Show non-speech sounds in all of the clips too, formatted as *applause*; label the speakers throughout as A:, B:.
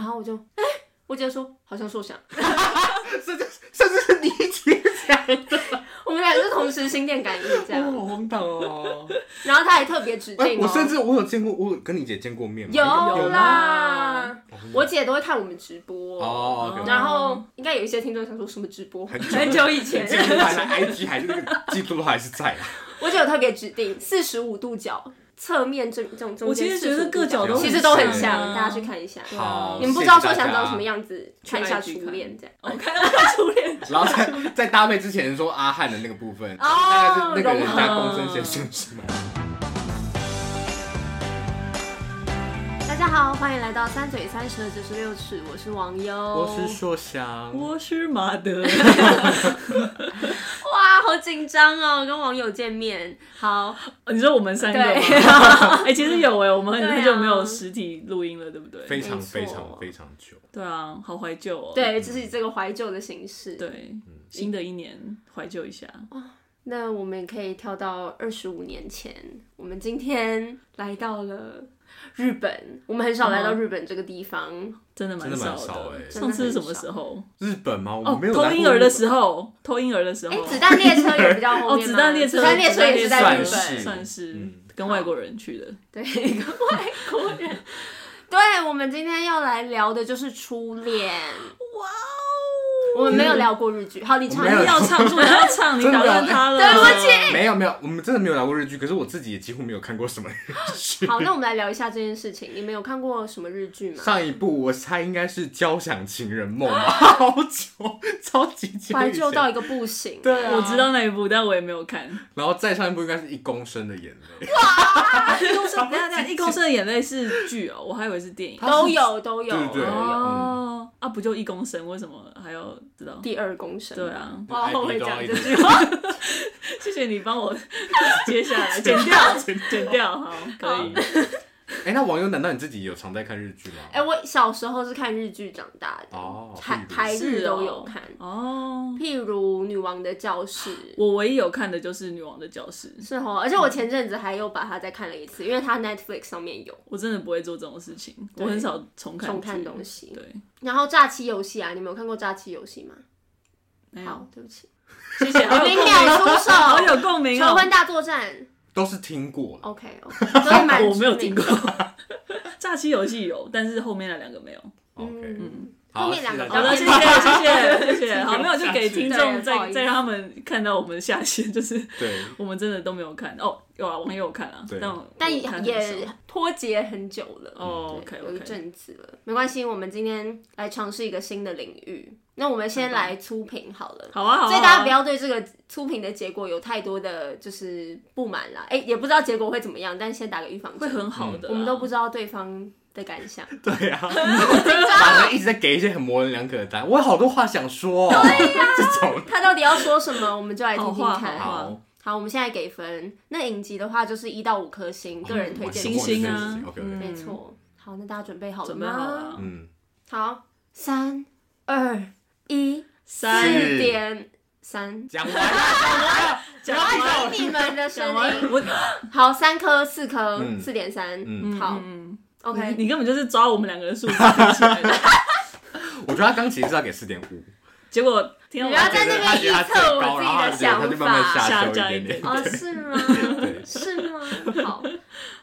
A: 后我就哎、我姐说好像受伤， *laughs*
B: 甚至甚至是你姐讲的，
A: 我们俩就是同时心电感应这
B: 我
A: 样。
B: 好荒唐哦！
A: 然后她还特别指
B: 哎，
A: 定、哦
B: 我甚至我有见过，我有跟你姐见过面吗？
A: 有
B: 有吗？
A: 啦
B: 有吗，
A: 我姐都会看我们直播。
B: 哦，OK，OK，
A: 然后应该有一些听众想说什么直播，
B: 很
C: 很久以前
B: 记，录还是 IG 还是那个记录都还是在啊。
A: 我姐有特别指定四十五度角侧面这这种中间45度角，
C: 我其实觉得各角
B: 都很
A: 其实都很
B: 像
A: 像，
C: 啊
A: 大家去看一下。
B: 好，
A: 你们不知道
B: 谢
A: 说
B: 谢大
A: 想
B: 家
A: 长什么，样子，看一下初
C: 去看
A: 恋这样。
C: 我看到他初恋，
B: 然后再再搭配之前说阿汉的那个部分，
A: 哦
B: 大概是那个人
A: 融合
B: 家公孙先生是吗？
A: 大家好，欢迎来到三嘴三舌九十六尺，我是王优，我
B: 硕翔
C: 我是马 *laughs* 德，
A: 哇，好紧张哦，跟网友见面。好，
C: 哦你说我们三个吗？
A: 对
C: *laughs* 哎，其实
A: *laughs*
C: 有哎，我们
A: 对啊
C: 很久没有实体录音了，对不对？
B: 非常
A: 没错
B: 非常非常久，
C: 对啊，好怀旧哦。
A: 对，这是这个怀旧的形式。，
C: 对，
B: 嗯
C: 新的一年怀旧一下。
A: 那我们可以跳到二十五年前，我们今天来到了日本，我们很少来到日本这个地方。
C: 真的蛮
B: 真的蛮
C: 少
B: 少欸
C: 上次是什么时候？
B: 日本吗？我
C: 哦
B: 没，有来
C: 偷
B: 过
C: 婴儿的
B: 日
C: 时候，偷婴儿的时
A: 哎、
C: 候，
A: 子弹列车也比较后
C: 哦，
A: 面吗
C: 子弹列车，
A: 子弹列车也是在日本，
B: 算是
C: 算是
B: 嗯
C: 跟外国人去的。
A: 对，一个外国人。对，我们今天要来聊的就是初恋。
C: 哇
A: 我们没有聊过日剧。好，你唱
B: 我们没有
C: 要唱出来，要唱，你
B: 真的啊
C: 打断他了。
A: 对不
C: 起。
B: 本没有没有，我们真的没有来过日剧，可是我自己也几乎没有看过什么日剧。
A: 好，那我们来聊一下这件事情。你们有看过什么日剧吗？
B: 上一部我猜应该是《交响情人梦》吧，好久，超级久以前，
A: 怀旧到一个不行。
B: 对啊，
C: 我知。道那一部，但我也没有看。
B: 然后再上一部应该是一公升的眼泪，
C: 一啊公升，等一下等一下，一公升的眼泪是剧哦，我还以为是电影。
A: 都
B: *laughs* 哎
A: 有都有。
B: 对对对
A: 嗯
C: 哦，啊，不就一公升？为什么还要知道？
A: 第二公升。
C: 对。啊，
A: 我好后悔讲这句话。
C: 话。谢谢你帮我接下来剪
A: *laughs*
C: 掉，剪掉，好，可 *laughs* 以。
B: 哎，那网友难道你自己有常在看日剧吗？
A: 哎、我小时候是看日剧长大的，
B: 哦
A: 台
B: 譬如
A: 台日
C: 是哦
A: 都有看，
C: 哦。
A: 譬如《女王的教室》。
C: 我唯一有看的就是《女王的教室》，
A: 是哦，
C: 嗯
A: 而且我前阵子还又把它再看了一次，因为它 Netflix 上面有
C: 我真的不会做这种事情，
A: 对
C: 我很少重看
A: 重看
C: 剧
A: 东西
C: 对，
A: 然后《诈欺游戏》啊，你们有看过《诈欺游戏》吗？
C: 没
A: 好
C: 有，，
A: 对不
C: *laughs*
A: 起，
C: 谢谢。好有
A: 零
C: 共鸣
A: 秒出手
C: 好有共鸣
A: 求
C: 哦。
A: 婚大作战
B: 都是听过了。
A: ，OK
C: *laughs*
A: OK，都是蛮
C: 我没有听过 *laughs*
A: 知名的嗯
C: 诈欺游戏有，但是后面那两个没有。
B: OK，
A: 嗯，
B: 好
A: 后面两个
B: 是的
C: 好的，
A: 比
C: 谢
A: 较偏向
C: 谢，谢谢，谢谢。好，没有就给听众
A: 对不好
C: 再
A: 意思
C: 再让他们看到我们下线，就是
B: 对，
C: 我们真的都没有看哦，有啊，网友有看啊，
B: 对
C: 但我
A: 但
C: 我看很
A: 也
C: 少
A: 脱节很久了。
C: 哦
A: 对
C: ，OK
A: 有一
C: OK，
A: 阵子了，没关系，我们今天来尝试一个新的领域。那我们先来粗评好了。
C: 好啊好啊，
A: 所以大家不
C: 要
A: 要对这个粗评的结果有太多的就是不满啦，哎、也不知道结果会怎么样，但先打个预防
C: 会
A: 针。
C: 很啊好的
A: 嗯
C: 啦，
A: 我们都不知道对方的感想。
B: 对啊，反正一直在给一些很模棱两可的答案。我有好多话想说、哦，这种
A: 他到底要说什么，我们就来听听
C: 好话
A: 看。
C: 好话
B: 好，
A: 好我们现在给分。那影集的话就是一到五颗星，个人推荐
C: 星
A: 五颗星。
C: 星啊
B: ，OK，
C: 嗯
A: 没错。好，那大家准备好了
C: 准备好
A: 吗？
C: 了，
B: 嗯，
A: 好，三二一，
C: 三
A: 四点三。
B: 讲完了， *laughs* 讲完
C: 讲
B: 了，
A: 我
C: 完
A: 爱听你们的声
C: 讲完
A: 音。
C: 我嗯
A: 好，三颗、四颗、
B: 嗯
A: 四点三。
B: 嗯
A: 好
C: 嗯你
A: OK，
C: 你根本就是抓我们两个的数字比
A: *laughs*
C: 起来的，
B: 我觉得他刚其实是要给四点五，
C: 结果听
A: 不
C: 到
A: 要
C: 我
A: 在那边
B: 他觉得他
A: 预
B: 最
A: 测
B: 高，
A: 我
B: 然后他
A: 自己的
B: 觉得他
A: 想
B: 就慢慢
A: 法。
B: 下
C: 下
B: 修
C: 降
B: 一
C: 一
B: 点
C: 点
B: 点。
A: 哦，
B: *laughs*
A: 是吗？
B: 对
A: 是吗？
B: *laughs*
A: 好，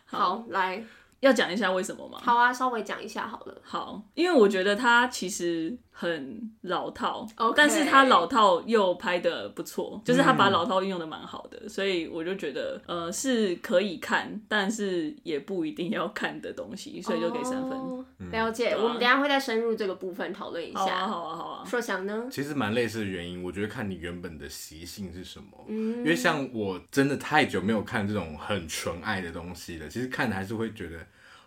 A: 好，来，
C: 要讲一下为什么吗？
A: 好啊，稍微讲一下好了。
C: 好，因为我觉得他其实很老套
A: OK
C: 但是他老套又拍的不错，就是他把老套运用的蛮好的，所以我就觉得呃是可以看，但是也不一定要看的东西，所以就给三分。
A: 哦
B: 嗯
A: 了解，
C: 对啊
A: 我们等一下会再深入这个部分讨论一
C: 好啊，
A: 下。
C: 好啊，好啊，
A: 硕翔呢？
B: 其实蛮类似的原因，我觉得看你原本的习性是什么。
A: 嗯
B: 因为像我真的太久没有看这种很纯爱的东西了，其实看的还是会觉得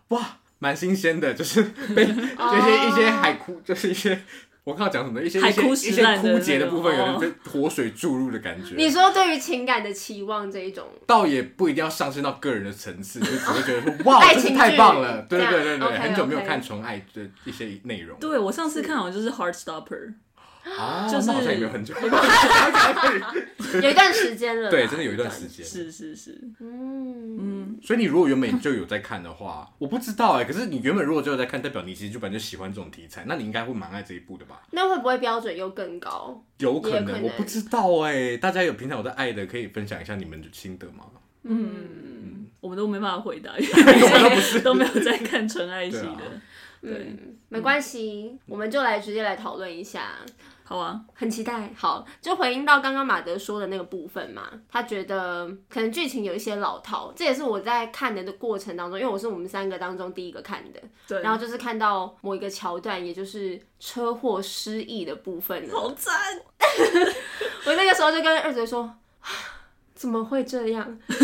B: 哇，蛮新鲜的，就是 *laughs* 被这些一些海枯，就是一些我靠讲什么一些
C: 海
B: 一些
C: 枯
B: 一
C: 石
B: 些
C: 烂的
B: 枯竭的
C: 那种
B: 部分，有
C: 哦
B: 人被活水注入的感
A: 你
B: 觉。
A: 说对于情感的期望这一种，
B: 倒也不一定要上升到个人的层次，就只会觉得说哇，
A: 爱情
B: 真是
A: 剧
B: 太棒了，对对对
A: 这样
B: 对对，
A: OK，
B: 很久没有
A: OK
B: 看纯爱的一些内容。
C: 对我上次看好像就是 Heartstopper，
B: 啊，
C: 就是
B: 那好像也没有很久，
A: 有一段时间了啦，
B: *laughs* 对，真的有一段时间。
C: 是是是，
A: 嗯嗯，
B: *laughs* 所以你如果原本就有在看的话，我不知道哎、可是你原本如果就有在看，代表你其实就本来就喜欢这种题材，那你应该会蛮爱这一部的吧？
A: 那会不会标准又更高？
B: 有可
A: 也
B: 能，
A: 有可能
B: 我不知道哎、大家有平常有在爱的，可以分享一下你们的心得吗？
C: 嗯，我们都没办法回 *laughs* 答，因为不是都没有在看纯爱系
B: 对
C: 的。对，啊
A: 嗯，没关系，我们就来直接来讨论一下。
C: 好啊，
A: 很期待。好，就回应到刚刚马德说的那个部分嘛，他觉得可能剧情有一些老套，这也是我在看的过程当中，因为我是我们三个当中第一个看的，
C: 对，
A: 然后就是看到某一个桥段，也就是车祸失忆的部分了。
C: 好赞，
A: *laughs* 我那个时候就跟二嘴说， *sighs* 啊怎么会这样？ *laughs* 怎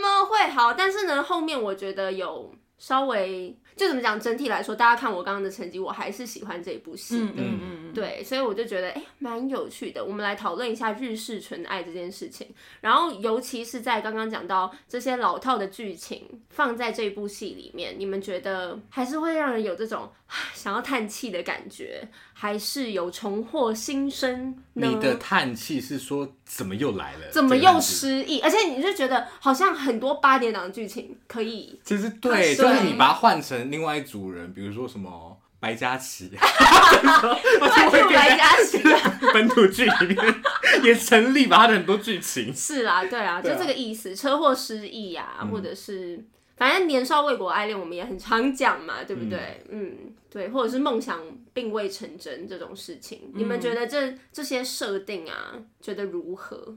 A: 么会好？但是呢，后面我觉得有稍微就怎么讲，整体来说，大家看我刚刚的成绩，我还是喜欢这一部戏的。
C: 嗯嗯嗯嗯，
A: 对，所以我就觉得哎，诶蛮有趣的。我们来讨论一下日式纯爱这件事情，然后尤其是在刚刚讲到这些老套的剧情放在这部戏里面，你们觉得还是会让人有这种唉想要叹气的感觉，还是有重获新生呢？
B: 你的叹气是说怎么又来了？
A: 怎么
B: 这个
A: 又
B: 样子？
A: 失忆？而且你就觉得好像很多八点档的剧情可以
B: 其实对，
A: 对
B: 就是你把它换成另外一组人，比如说什么白嘉琪， *laughs*
A: *laughs*
B: 我
A: 换
B: 就
A: 入
B: 会
A: 来加戏。
B: 跟本土剧里面也成立吧，它的很多剧情。
A: 是啦，对啊，就
B: 对啊嗯
A: 这个意思，车祸失忆啊，或者是反正年少为国爱恋，我们也很常讲嘛，对不对？嗯对，或者是梦想并未成真这种事情，
B: 嗯
A: 你们觉得这这些设定啊，觉得如何？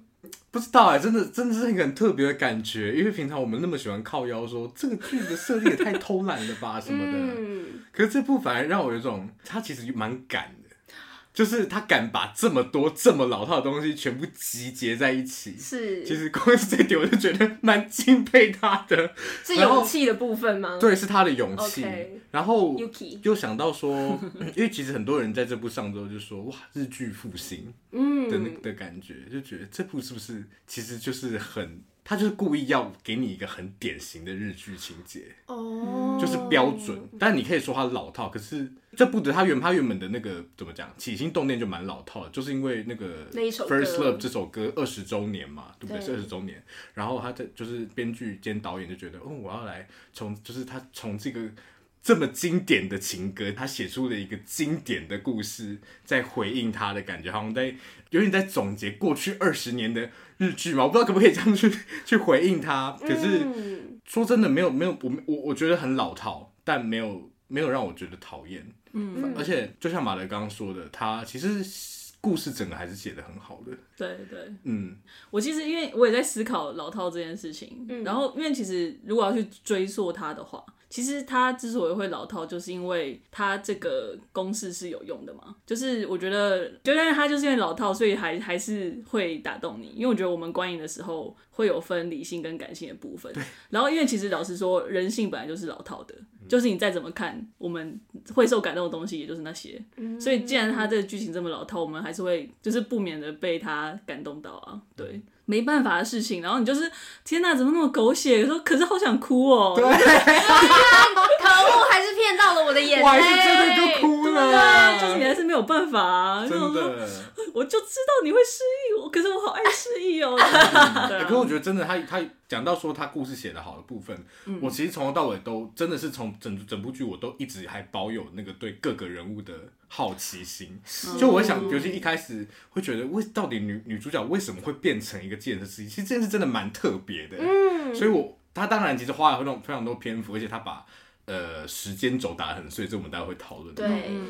B: 不知道哎、真的真的是一个很特别的感觉，因为平常我们那么喜欢靠腰说这个剧的设定也太偷懒了
A: *laughs*
B: 吧什么的，
A: 嗯，
B: 可是这部反而让我有一种他其实蛮敢的，就是他敢把这么多这么老套的东西全部集结在一起。
A: 是
B: 其实光是这一点我就觉得蛮敬佩他
A: *laughs*
B: 的，
A: 是
B: 然后
A: 勇气的部分吗？
B: 对，是他的勇气。
A: OK
B: 然后
A: Yuki
B: 又想到说， *laughs* 嗯因为其实很多人在这部上之后就说哇日剧复兴，的那
A: 嗯，
B: 的感觉，就觉得这部是不是其实就是很，他就是故意要给你一个很典型的日剧情节，
A: 哦，
B: 就是标准。但你可以说它老套，可是这部的它原它原本的那个怎么讲，起心动念就蛮老套的，就是因为那个
A: 那一首歌
B: First Love 这首歌二十周年嘛，对不对？
A: 对
B: 是二十周年，然后他在就是编剧兼导演就觉得，哦，我要来从就是他从这个。这么经典的情歌，他写出了一个经典的故事，在回应他的感觉，好像在有点在总结过去二十年的日剧嘛，我不知道可不可以这样去去回应他。可是、
A: 嗯
B: 说真的，没有没有，我我我觉得很老套，但没有没有让我觉得讨厌。嗯，而且就像马德刚刚说的，他其实故事整个还是写的很好的。
C: 对对。
B: 嗯，
C: 我其实因为我也在思考老套这件事情，然后因为其实如果要去追溯它的话，其实它之所以会老套，就是因为它这个公式是有用的嘛。就是我觉得，就但是它就是因为老套，所以还还是会打动你。因为我觉得我们观影的时候会有分理性跟感性的部分，然后因为其实老实说，人性本来就是老套的，就是你再怎么看，我们会受感动的东西也就是那些。所以既然他这个剧情这么老套，我们还是会就是不免的被他感动到啊，
B: 嗯
C: 对，没办法的事情。然后你就是天哪，怎么那么狗血？说可是好想哭哦，
A: *laughs*
C: 对，
A: 可恶，还是骗到了我的眼
B: 我还是真的
A: 泪
B: 就。哭了，
C: 啊，就是你还是没有办法啊。就
B: 真
C: 想说
B: 的。
C: 我就知道你会失忆，我可是我好爱失忆
B: *laughs*
C: 哦。 *laughs* 对
B: 欸
C: 啊
B: 可是我觉得真的他，他讲到说他故事写的好的部分，
C: 嗯
B: 我其实从头到尾都真的是从整整部剧我都一直还保有那个对各个人物的好奇心。就我想，尤其一开始会觉得为到底女女主角为什么会变成一个计程车司机，其实这件事真的蛮特别的。嗯，所以我他当然其实花了非常非常多篇幅，而且他把。呃，时间轴打得很碎，这我们待会会讨论。
A: 对，，
C: 嗯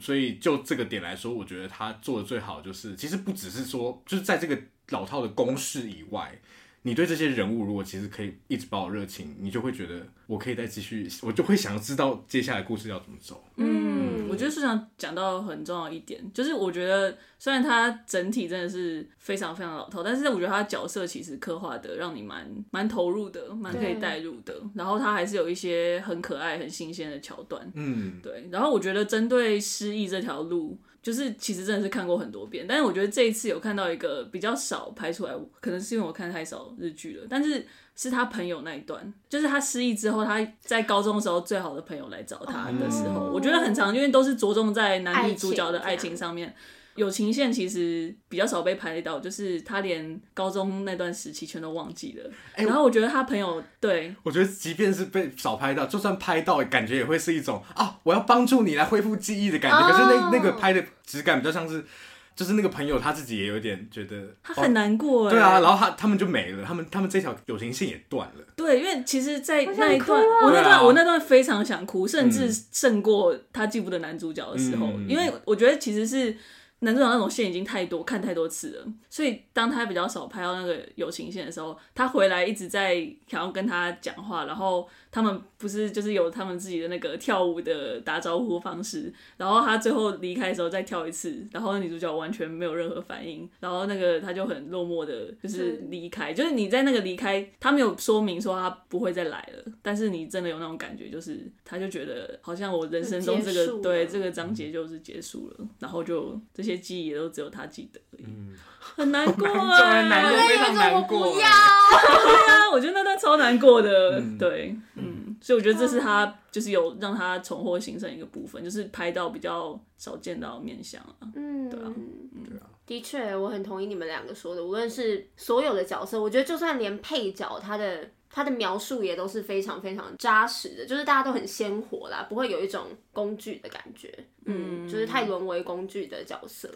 B: 所以就这个点来说，我觉得他做的最好就是，其实不只是说，就是在这个老套的公式以外，你对这些人物如果其实可以一直保有热情，你就会觉得我可以再继续，我就会想要知道接下来故事要怎么走。
A: 嗯
C: 我觉得市长讲到很重要一点，就是我觉得虽然他整体真的是非常非常老套，但是我觉得他角色其实刻画的让你蛮蛮投入的，蛮可以
A: 对
C: 代入的。然后他还是有一些很可爱、很新鲜的桥段，
B: 嗯，
C: 对。然后我觉得针对失忆这条路，就是其实真的是看过很多遍，但是我觉得这一次有看到一个比较少拍出来，可能是因为我看太少日剧了，但是是他朋友那一段，就是他失忆之后，他在高中的时候最好的朋友来找他的时候，
B: 哦
A: 嗯
C: 我觉得很长，因为都是着重在男女主角的
A: 爱
C: 爱
A: 情
C: 情上面。友情线其实比较少被拍到，就是他连高中那段时期全都忘记了。
B: 哎
C: 然后我觉得他朋友对
B: 我觉得即便是被少拍到，就算拍到，感觉也会是一种啊，我要帮助你来恢复记忆的感觉。
A: 哦
B: 可是那那个拍的质感比较像是，就是那个朋友他自己也有点觉得，
C: 他很
B: 哦
C: 难过、哎。
B: 对啊，然后他他们就没了，他们他们这条友情线也断了。
C: 对，因为其实，在
A: 我想
C: 那一段，
A: 哭啊
C: 我那
B: 对啊
C: 段我那段非常想哭，甚至
B: 嗯
C: 胜过他记不得男主角的时候，
B: 嗯
C: 因为我觉得其实是男主角那种线已经太多，看太多次了，所以当他比较少拍到那个友情线的时候，他回来一直在想要跟他讲话，然后他们不是就是有他们自己的那个跳舞的打招呼方式，然后他最后离开的时候再跳一次，然后女主角完全没有任何反应，然后那个他就很落寞的，就是
A: 是
C: 离开，就是你在那个离开，他没有说明说他不会再来了，但是你真的有那种感觉，就是他就觉得好像我人生中这
A: 就结束
C: 个
A: 了
C: 对这个章节就是结束了，然后就这些记忆也都只有他记得而已，很难过
B: 很难
C: 啊
B: 过，非常难
A: 我
B: 过
A: 不要，
C: 对啊，我觉得那段超难过的，
B: 嗯
C: 对，嗯，所以我觉得这是他就是有让他重获新生一个部分，就是拍到比较少见到的面相啊， *laughs*
A: 嗯，
C: 对啊
B: 对啊
A: 的确，我很同意你们两个说的，无论是所有的角色，我觉得就算连配角，他的他的描述也都是非常非常扎实的，就是大家都很鲜活啦，不会有一种工具的感觉，嗯，就是太沦为工具的角色。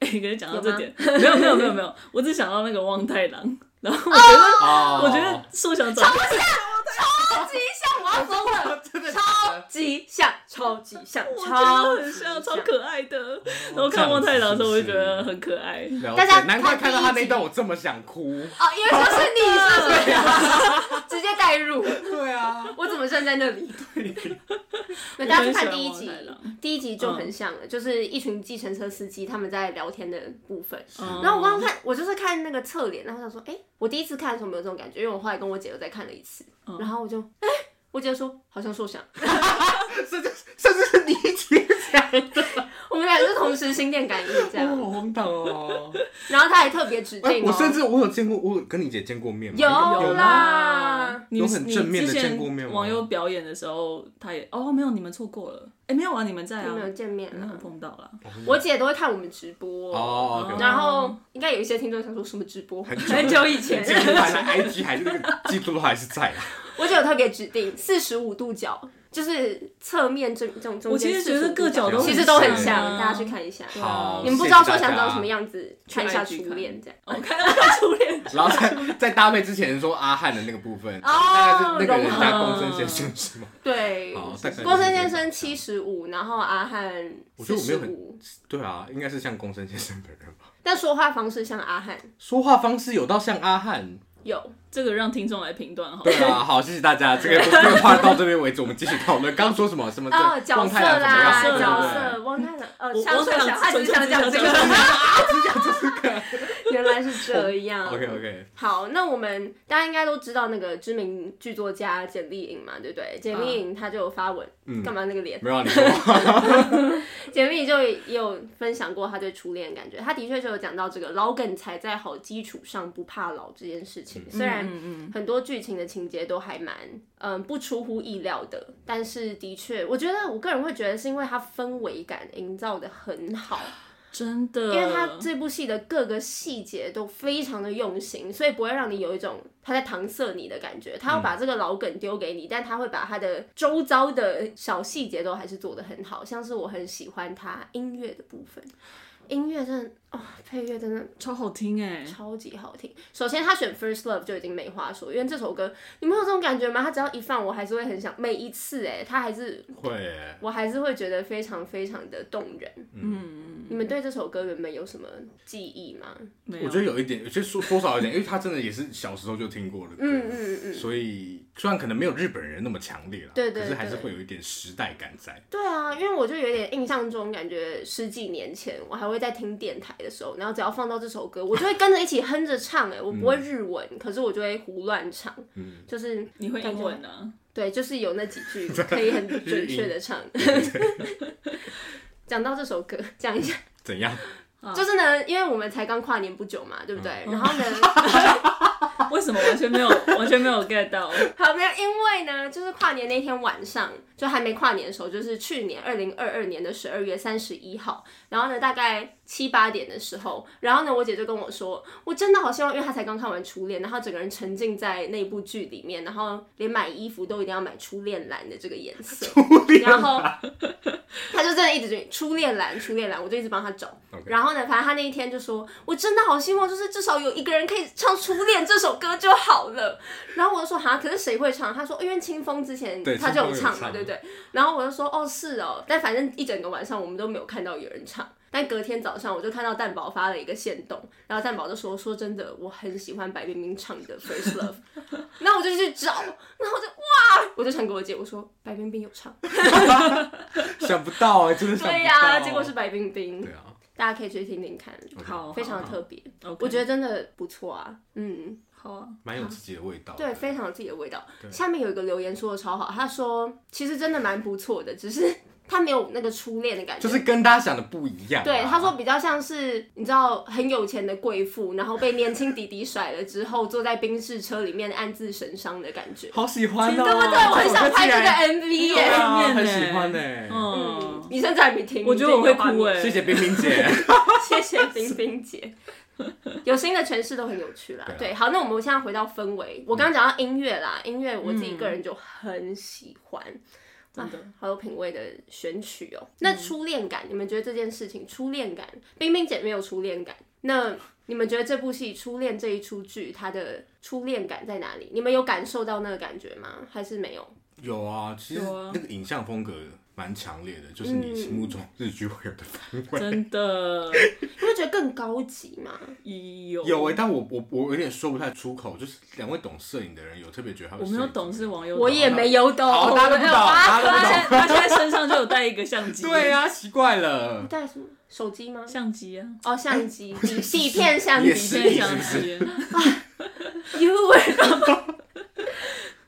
C: 哎、可是讲到
A: 有
C: 这
A: 吗
C: 点，没有没有没有没有，我只想到那个望太郎，然后我觉得、
B: 哦
C: 我觉得素想长得
A: 超级像，我要疯了，
B: 真的
A: 超级像，超级像，
C: 我觉
A: 超
C: 得
A: 级
C: 很像，超可爱
B: 哦
C: 的。然后看望太郎的时候，我就觉得很可爱。
B: 了
A: 大
B: 解
A: 家
B: 难怪看到他
A: 看第一集
B: 那段我这么想哭。
A: 哦，因为他是你，是不
C: 啊
A: 是？ *laughs* 直接带入，
B: 对啊，
A: 我怎么站在那里？对，
C: 我
A: 大家去
C: 很喜
A: 看
C: 欢
A: 第一
C: 望
A: 集
C: 太郎，嗯
A: 第一集就很像了，就是一群计程车司机他们在聊天的部分。
C: 嗯
A: 然后我刚刚看，我就是看那个侧脸，然后想说，哎、我第一次看的时候没有这种感觉，因为我后来跟我姐又再看了一次，
C: 哦
A: 然后我就，哎、我姐说好像受伤， *laughs*
B: 甚至甚至是你姐讲的，
A: 我们俩就是同时心电感应这
B: 我
A: 样，
B: 好荒唐哦。
A: 然后她还特别指
B: 哎
A: 定、哦
B: 我甚至我有见过，我有跟你姐见过面吗？
A: 有
B: 有吗？
A: 啦，
C: 你
B: 有很正面的见过面
C: 你
B: 吗
C: 之前网友表演的时候，他也哦没有，你们错过了。哎、没有啊，你们在
A: 就
C: 啊，
A: 没有见面
C: 没有
A: 了。
C: 碰到啦。
A: 我姐都会看我们直播，
B: 哦，OK，OK，
A: 然后应该有一些听众想说什么直播，
B: 很久
A: 很久以前
B: 这，个版的 IG 还是那个记录还是在啊。
A: 我姐有特别指定四十五度角，就是侧面这这种中
C: 我其
A: 间
C: 实觉得
A: 45
C: 各角
B: 都
A: 其实
B: 很
A: 都很
B: 像
A: 像，
C: 啊
A: 大家去看一下。
B: 好，
A: 你们不
B: 谢
A: 知
B: 谢
A: 道说
B: 大
A: 想
B: 家
A: 到什么。样子，看一下
C: IG
A: 初恋这样。
C: 我看到他初恋，
B: 然后在在搭配之前说阿汉的那个部分，
A: 哦
B: 大概是那个人
A: 融合
B: 加公孙先生是吗？
A: 对，
B: 好，大概是
A: 郭森先生七十五，然后阿汉
B: 我觉
A: 四
B: 得我没
A: 十
B: 有很
A: 五，
B: 对啊，应该是像公孙先生本人吧。
A: 但说话方式像阿汉，
B: 说话方式有到像阿汉，
A: 有
C: 这个让听众来评断好了
B: 对。
C: *laughs*
B: 啊，好，谢谢大家。
A: *laughs*
B: 这个这个话到这边为止，我们继续讨论。刚刚说什么什么
A: 哦
B: 这
A: 角
B: 状
A: 色
B: 态啊
A: 啦，
B: 怎
C: 对
B: 么
A: 角
B: 样
C: 对
A: 色，汪太郎，呃，
C: 我
A: 香
C: 汪
A: 水
C: 太郎
A: 小汉只
C: 纯粹
A: 想
C: 是
A: 讲这
C: 想讲这
A: 个，
B: *laughs* 对
A: 原来是这
B: *laughs*
A: 样。
B: 不对？OK OK，
A: 好，那我们大家应该都知道那个知名剧作家简丽颖嘛，对不对？简丽颖她就有发文，
B: 嗯
A: 干嘛那个脸？
B: 没有啊你说，
A: 简丽颖就也有分享过她对初恋的感觉，她的确就有讲到这个老梗才在好基础上不怕老这件事情，虽然。
C: 嗯嗯
A: 很多剧情的情节都还蛮嗯不出乎意料的，但是的确，我觉得我个人会觉得是因为它氛围感营造的很好，
C: 嗯真的，
A: 因为它这部戏的各个细节都非常的用心，所以不会让你有一种他在搪塞你的感觉。他要把这个老梗丢给你，但他会把他的周遭的小细节都还是做得很好，像是我很喜欢他音乐的部分。音乐真的哦，配乐真的
C: 超好听哎、
A: 超级好听。首先，他选《First Love》就已经没话说，因为这首歌，你们有这种感觉吗？他只要一放，我还是会很想，每一次哎、他还是
B: 会耶
A: 我还是会觉得非常非常的动人。嗯，你们对这首歌原本有什么记忆吗？
C: 没
B: 我
C: 有
B: 觉得有一点，有些说多少有点，因为他真的也是小时候就听过的歌，
A: 嗯嗯嗯，
B: 所以虽然可能没有日本人那么强烈了，
A: 对对
B: 可是还是
A: 对
B: 会有一点时代感在。
A: 对啊，因为我就有点印象中，感觉十几年前我还会在听电台的时候，然后只要放到这首歌，我就会跟着一起哼着唱、哎，我不会日文，可是我就会胡乱唱，
B: 嗯
A: 就是
C: 你会
A: 感
C: 英
A: 觉
C: 文啊？
A: *laughs* 对，就是有那几句可以很准确的唱。 *laughs* 讲到这首歌，讲一下，
B: 怎样？
A: 就是呢，因为我们才刚跨年不久嘛，对不对？然 *laughs* 后呢，
C: 为什么完全没有完全没有 get 到？
A: 好，没有，因为呢，就是跨年那天晚上，就还没跨年的时候，就是去年二零二二年的十二月三十一号，然后呢，大概七八点的时候，然后呢，我姐就跟我说，我真的好希望，因为她才刚看完《初恋》，然后整个人沉浸在那部剧里面，然后连买衣服都一定要买初恋蓝的这个颜色，然后她就真的一直追初恋蓝，初恋蓝，我就一直帮她找。然后呢，反正她那一天就说，我真的好希望，就是至少有一个人可以唱《初恋》这首歌就好了。然后我就说，哈，可是谁会唱？她说，因为清风之前
B: 对
A: 她就有
B: 清风有
A: 唱嘛，
B: 唱
A: 对不对？然后我就说哦是哦，但反正一整个晚上我们都没有看到有人唱。但隔天早上我就看到蛋宝发了一个线动，然后蛋宝就说说真的，我很喜欢白冰冰唱的《First Love》，然 *laughs* 后我就去找，然后我就哇，我就传给我姐，我说白冰冰有唱，
B: 想不到哎、真的想不到。
A: 对呀、结果是白冰冰，
B: 对啊，
A: 大家可以去听听看，
C: 好，
A: 非常
C: 好
A: 特别，
C: 好，OK，
A: 我觉得真的不错啊，嗯。
C: 好啊。
B: 蛮有自己的味道。
A: 对，非常有自己的味道。下面有一个留言说的超好，他说其实真的蛮不错的，只是他没有那个初恋的感觉。
B: 就是跟大家想的不一样啊。
A: 对，他说比较像是你知道很有钱的贵妇，然后被年轻弟弟甩了之后，坐在宾士车里面暗自神伤的感觉。
B: 好喜欢哦、
C: 对不
A: 对，我很想拍这
B: 这个
A: 个哎 MV
B: 对
A: 耶。
B: 啊
C: 很有面
B: 很
C: 欸
B: 喜欢呢、
A: 嗯
C: 嗯，，
A: 你甚至还没听，
C: 我觉得我会
A: 你
C: 哭
A: 已
C: 哎。
B: 谢谢冰冰姐。
A: *laughs* 经有画面。谢谢冰冰姐，有新的诠释都很有趣啦。
B: 啊
A: 对，好，那我们现在回到氛围，我刚刚讲到音乐啦，音乐我自己
B: 嗯
A: 个人就很喜欢。
C: 真的，
A: 好有品味的选曲
B: 嗯
A: 哦。那初恋感，你们觉得这件事情初恋感，冰冰姐没有初恋感，那你们觉得这部戏《初恋》这一出剧，它的初恋感在哪里？你们有感受到那个感觉吗？还是没有？
B: 有啊，其实
C: 有啊
B: 那个影像风格蛮强烈的，就是你心目中日剧会有的氛围。
C: 真的
A: 你会觉得更高级吗？
C: 有
B: 有哎、但我我我有点说不太出口，就是两位懂摄影的人有特别觉得他们
C: 我没有懂
B: 摄
C: 是网友懂，
A: 我也没有懂，
B: 好大家都不懂
A: 我没有发
C: 他现在他
B: 大家
C: 现在身上就有带一个相
B: 影
C: 机，
B: 的对啊，奇怪了
A: 你，带什么手机吗？
C: 相机啊，
A: 哦，相机，底底片相
B: 也
A: 机
B: 是
C: 现在相机，啊
A: ，You were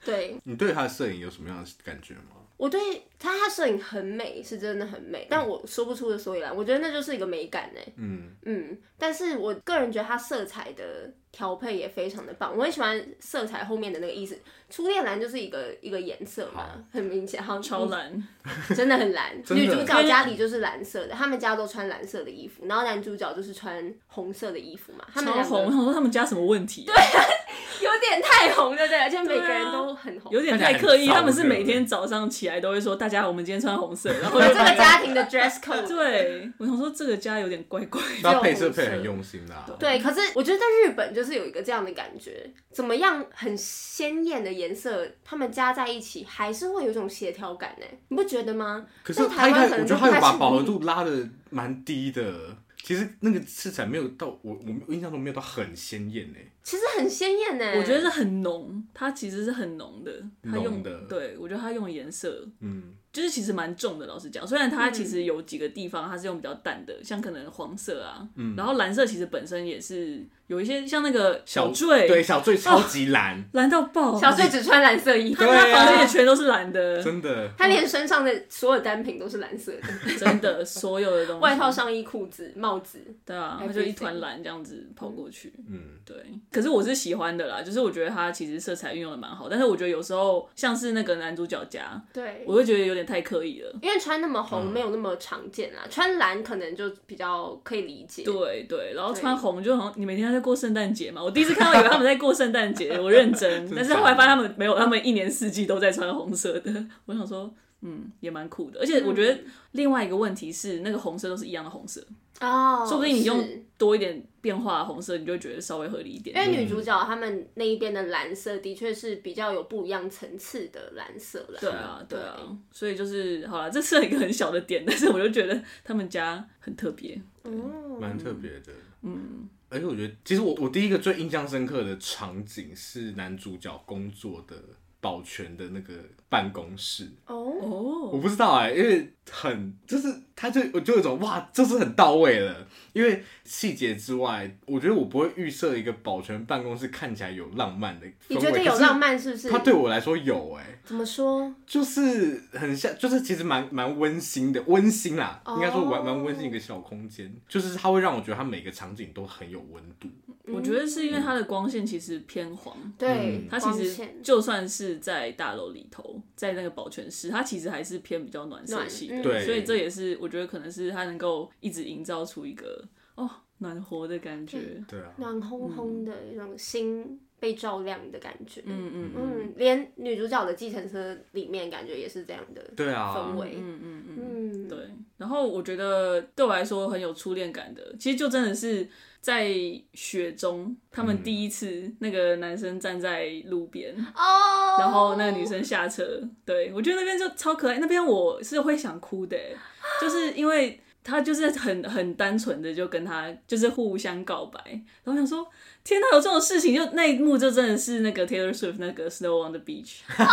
A: 对，
B: 你对他的摄影有什么样的感觉吗？
A: 我对他他摄影很美，是真的很美，但我说不出的所以然。我觉得那就是一个美感呢。
B: 嗯，
A: 嗯，但是我个人觉得它色彩的调配也非常的棒，我很喜欢色彩后面的那个意思。初恋蓝就是一个一个颜色嘛，很明显，好像
C: 超，蓝，
A: 真的很蓝。
B: 真的
A: 女主角家里就是蓝色的，他们家都穿蓝色的衣服，然后男主角就是穿红色的衣服嘛，他们
C: 超
A: 两
C: 红，我
A: 个
C: 想说他们家什么问题啊？
A: 有点太红，对不对？而且每个人都很红，
C: 有点太刻意，他们是每天早上起来都会说大家好我们今天穿红色，然后
A: 有
C: 就
A: 这个家庭的 dress
C: *laughs*
A: code。
C: 对我想说这个家有点怪怪的，
B: 那配色配很用心啦、
A: 对，可是我觉得在日本就是有一个这样的感觉，怎么样很鲜艳的颜色，他们加在一起还是会有一种协调感呢，你不觉得吗？
B: 可是他
A: 在台
B: 应
A: 湾
B: 该，
A: 可
B: 我
A: 能
B: 觉
A: 就
B: 得
A: 不
B: 他有
A: 太
B: 把
A: 成
B: 饱和
A: 立
B: 度拉的蛮低的。其实那个色彩没有到我我我印象中没有到很鲜艳欸诶，
A: 其实很鲜艳呢。
C: 我觉得是很浓，它其实是很浓的，它用
B: 浓的
C: 对我觉得它用颜色
B: 嗯，
C: 就是其实蛮重的，老实讲，虽然它其实有几个地方它是用比较淡的，像可能黄色啊，
B: 嗯
C: 然后蓝色其实本身也是有一些像那个
B: 小
C: 坠，
B: 对，小醉超级蓝，
C: 蓝到爆，
A: 小醉只穿蓝色衣服
C: 他，
B: 对
C: 家房间
B: 啊
C: 也全都是蓝
B: *laughs*
C: 的，
B: 真的。
A: 他连身上的所有单品都是蓝色
C: *laughs*
A: 的，
C: 真的所有的东西，
A: 外套、上衣、裤子、帽子。
C: 对啊，
A: Everything
C: 它就一团蓝这样子跑过去，
B: 嗯，
C: 对。可是我是喜欢的啦，就是我觉得它其实色彩运用的蛮好，但是我觉得有时候像是那个男主角家，
A: 对，
C: 我会觉得有点太刻意了。
A: 因为穿那么红没有那么常见啦，穿蓝可能就比较可以理解。
C: 对对，然后
A: 对
C: 穿红就好像你每天在过圣诞节嘛。我第一次看到以为他们在过圣诞节，我认真，但是后来发现他们没有，他们一年四季都在穿红色的。我想说，嗯，也蛮酷的。而且我觉得另外一个问题是，那个红色都是一样的红色，
A: 哦，
C: 说不定你用
A: 是
C: 多一点变化的红色，你就会觉得稍微合理一点
A: 因。为女主角她们那一边的蓝色的确是比较有不一样层次的蓝色啦。
C: 对啊，对啊，所以就是好了，这是一个很小的点，但是我就觉得他们家很特别。
A: 嗯
B: 蛮特别的，嗯。而且我觉得，其实我我第一个最印象深刻的场景是男主角工作的保全的那个办公室。
A: 哦，
C: 哦，
B: 我不知道哎、因为很，就是他就我就有一种哇，这是很到位了。因为细节之外，我觉得我不会预设一个保全办公室看起来有浪漫的氛围。
A: 你觉得
B: 可
A: 有
B: 是
A: 浪漫是不是？
B: 它对我来说有哎、
A: 怎么说？
B: 就是很像，就是其实蛮蛮温馨的，温馨啦，
A: 哦
B: 应该说蛮蛮温馨一个小空间，就是它会让我觉得它每个场景都很有温度。
C: 我觉得是因为它的光线其实偏黄，
B: 嗯
A: 对，
C: 它其
A: 光
C: 实
A: 线
C: 就算是在大楼里头，在那个保全室，它其实还是偏比较暖色系
A: 暖嗯
C: 的，
B: 对
C: 所以这也是我觉得可能是它能够一直营造出一个哦暖和的感觉，
B: 对啊，
A: 暖
C: 嗯
A: 烘烘的一种心被照亮的感觉。嗯
C: 嗯嗯嗯
A: 嗯，连女主角的计程车里面感觉也是这样的
B: 对
A: 氛
B: 啊，
A: 围。
C: 嗯嗯嗯，
A: 嗯，
C: 对。然后我觉得对我来说很有初恋感的，其实就真的是在雪中，他们第一次那个男生站在路边，
A: 哦，
C: 然后那个女生下车，对我觉得那边就超可爱，那边我是会想哭的欸，就是因为她就是很很单纯的就跟他就是互相告白，然后我想说天哪，有这种事情，就那一幕就真的是那个 Taylor Swift 那个 Snow on the Beach，完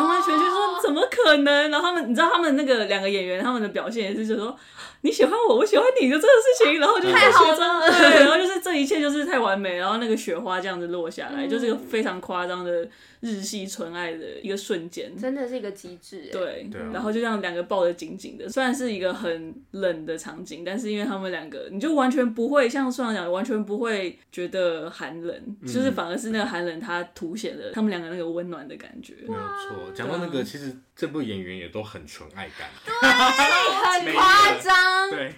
A: 哦
C: 完全全说怎么可能？然后他们你知道他们那个两个演员他们的表现也是就说你喜欢我，我喜欢你就这个事情，然后就
A: 太好了
C: 对，然后就是这一切就是太完美，然后那个雪花这样子落下
A: 嗯
C: 来，就是一个非常夸张的日系纯爱的一个瞬间。
A: 真的是一个极致。，
C: 对，
B: 对啊
C: 然后就这样两个抱得紧紧的，虽然是一个很冷的场景，但是因为他们两个，你就完全不会像双讲，完全不会觉得寒冷，
B: 嗯
C: 就是反而是那个寒冷，它凸显了他们两个那个温暖的感觉。
B: 没有错。讲到那个，其实这部演员也都很纯爱
A: *laughs*
B: 感，
A: 欸很夸张。
B: 对，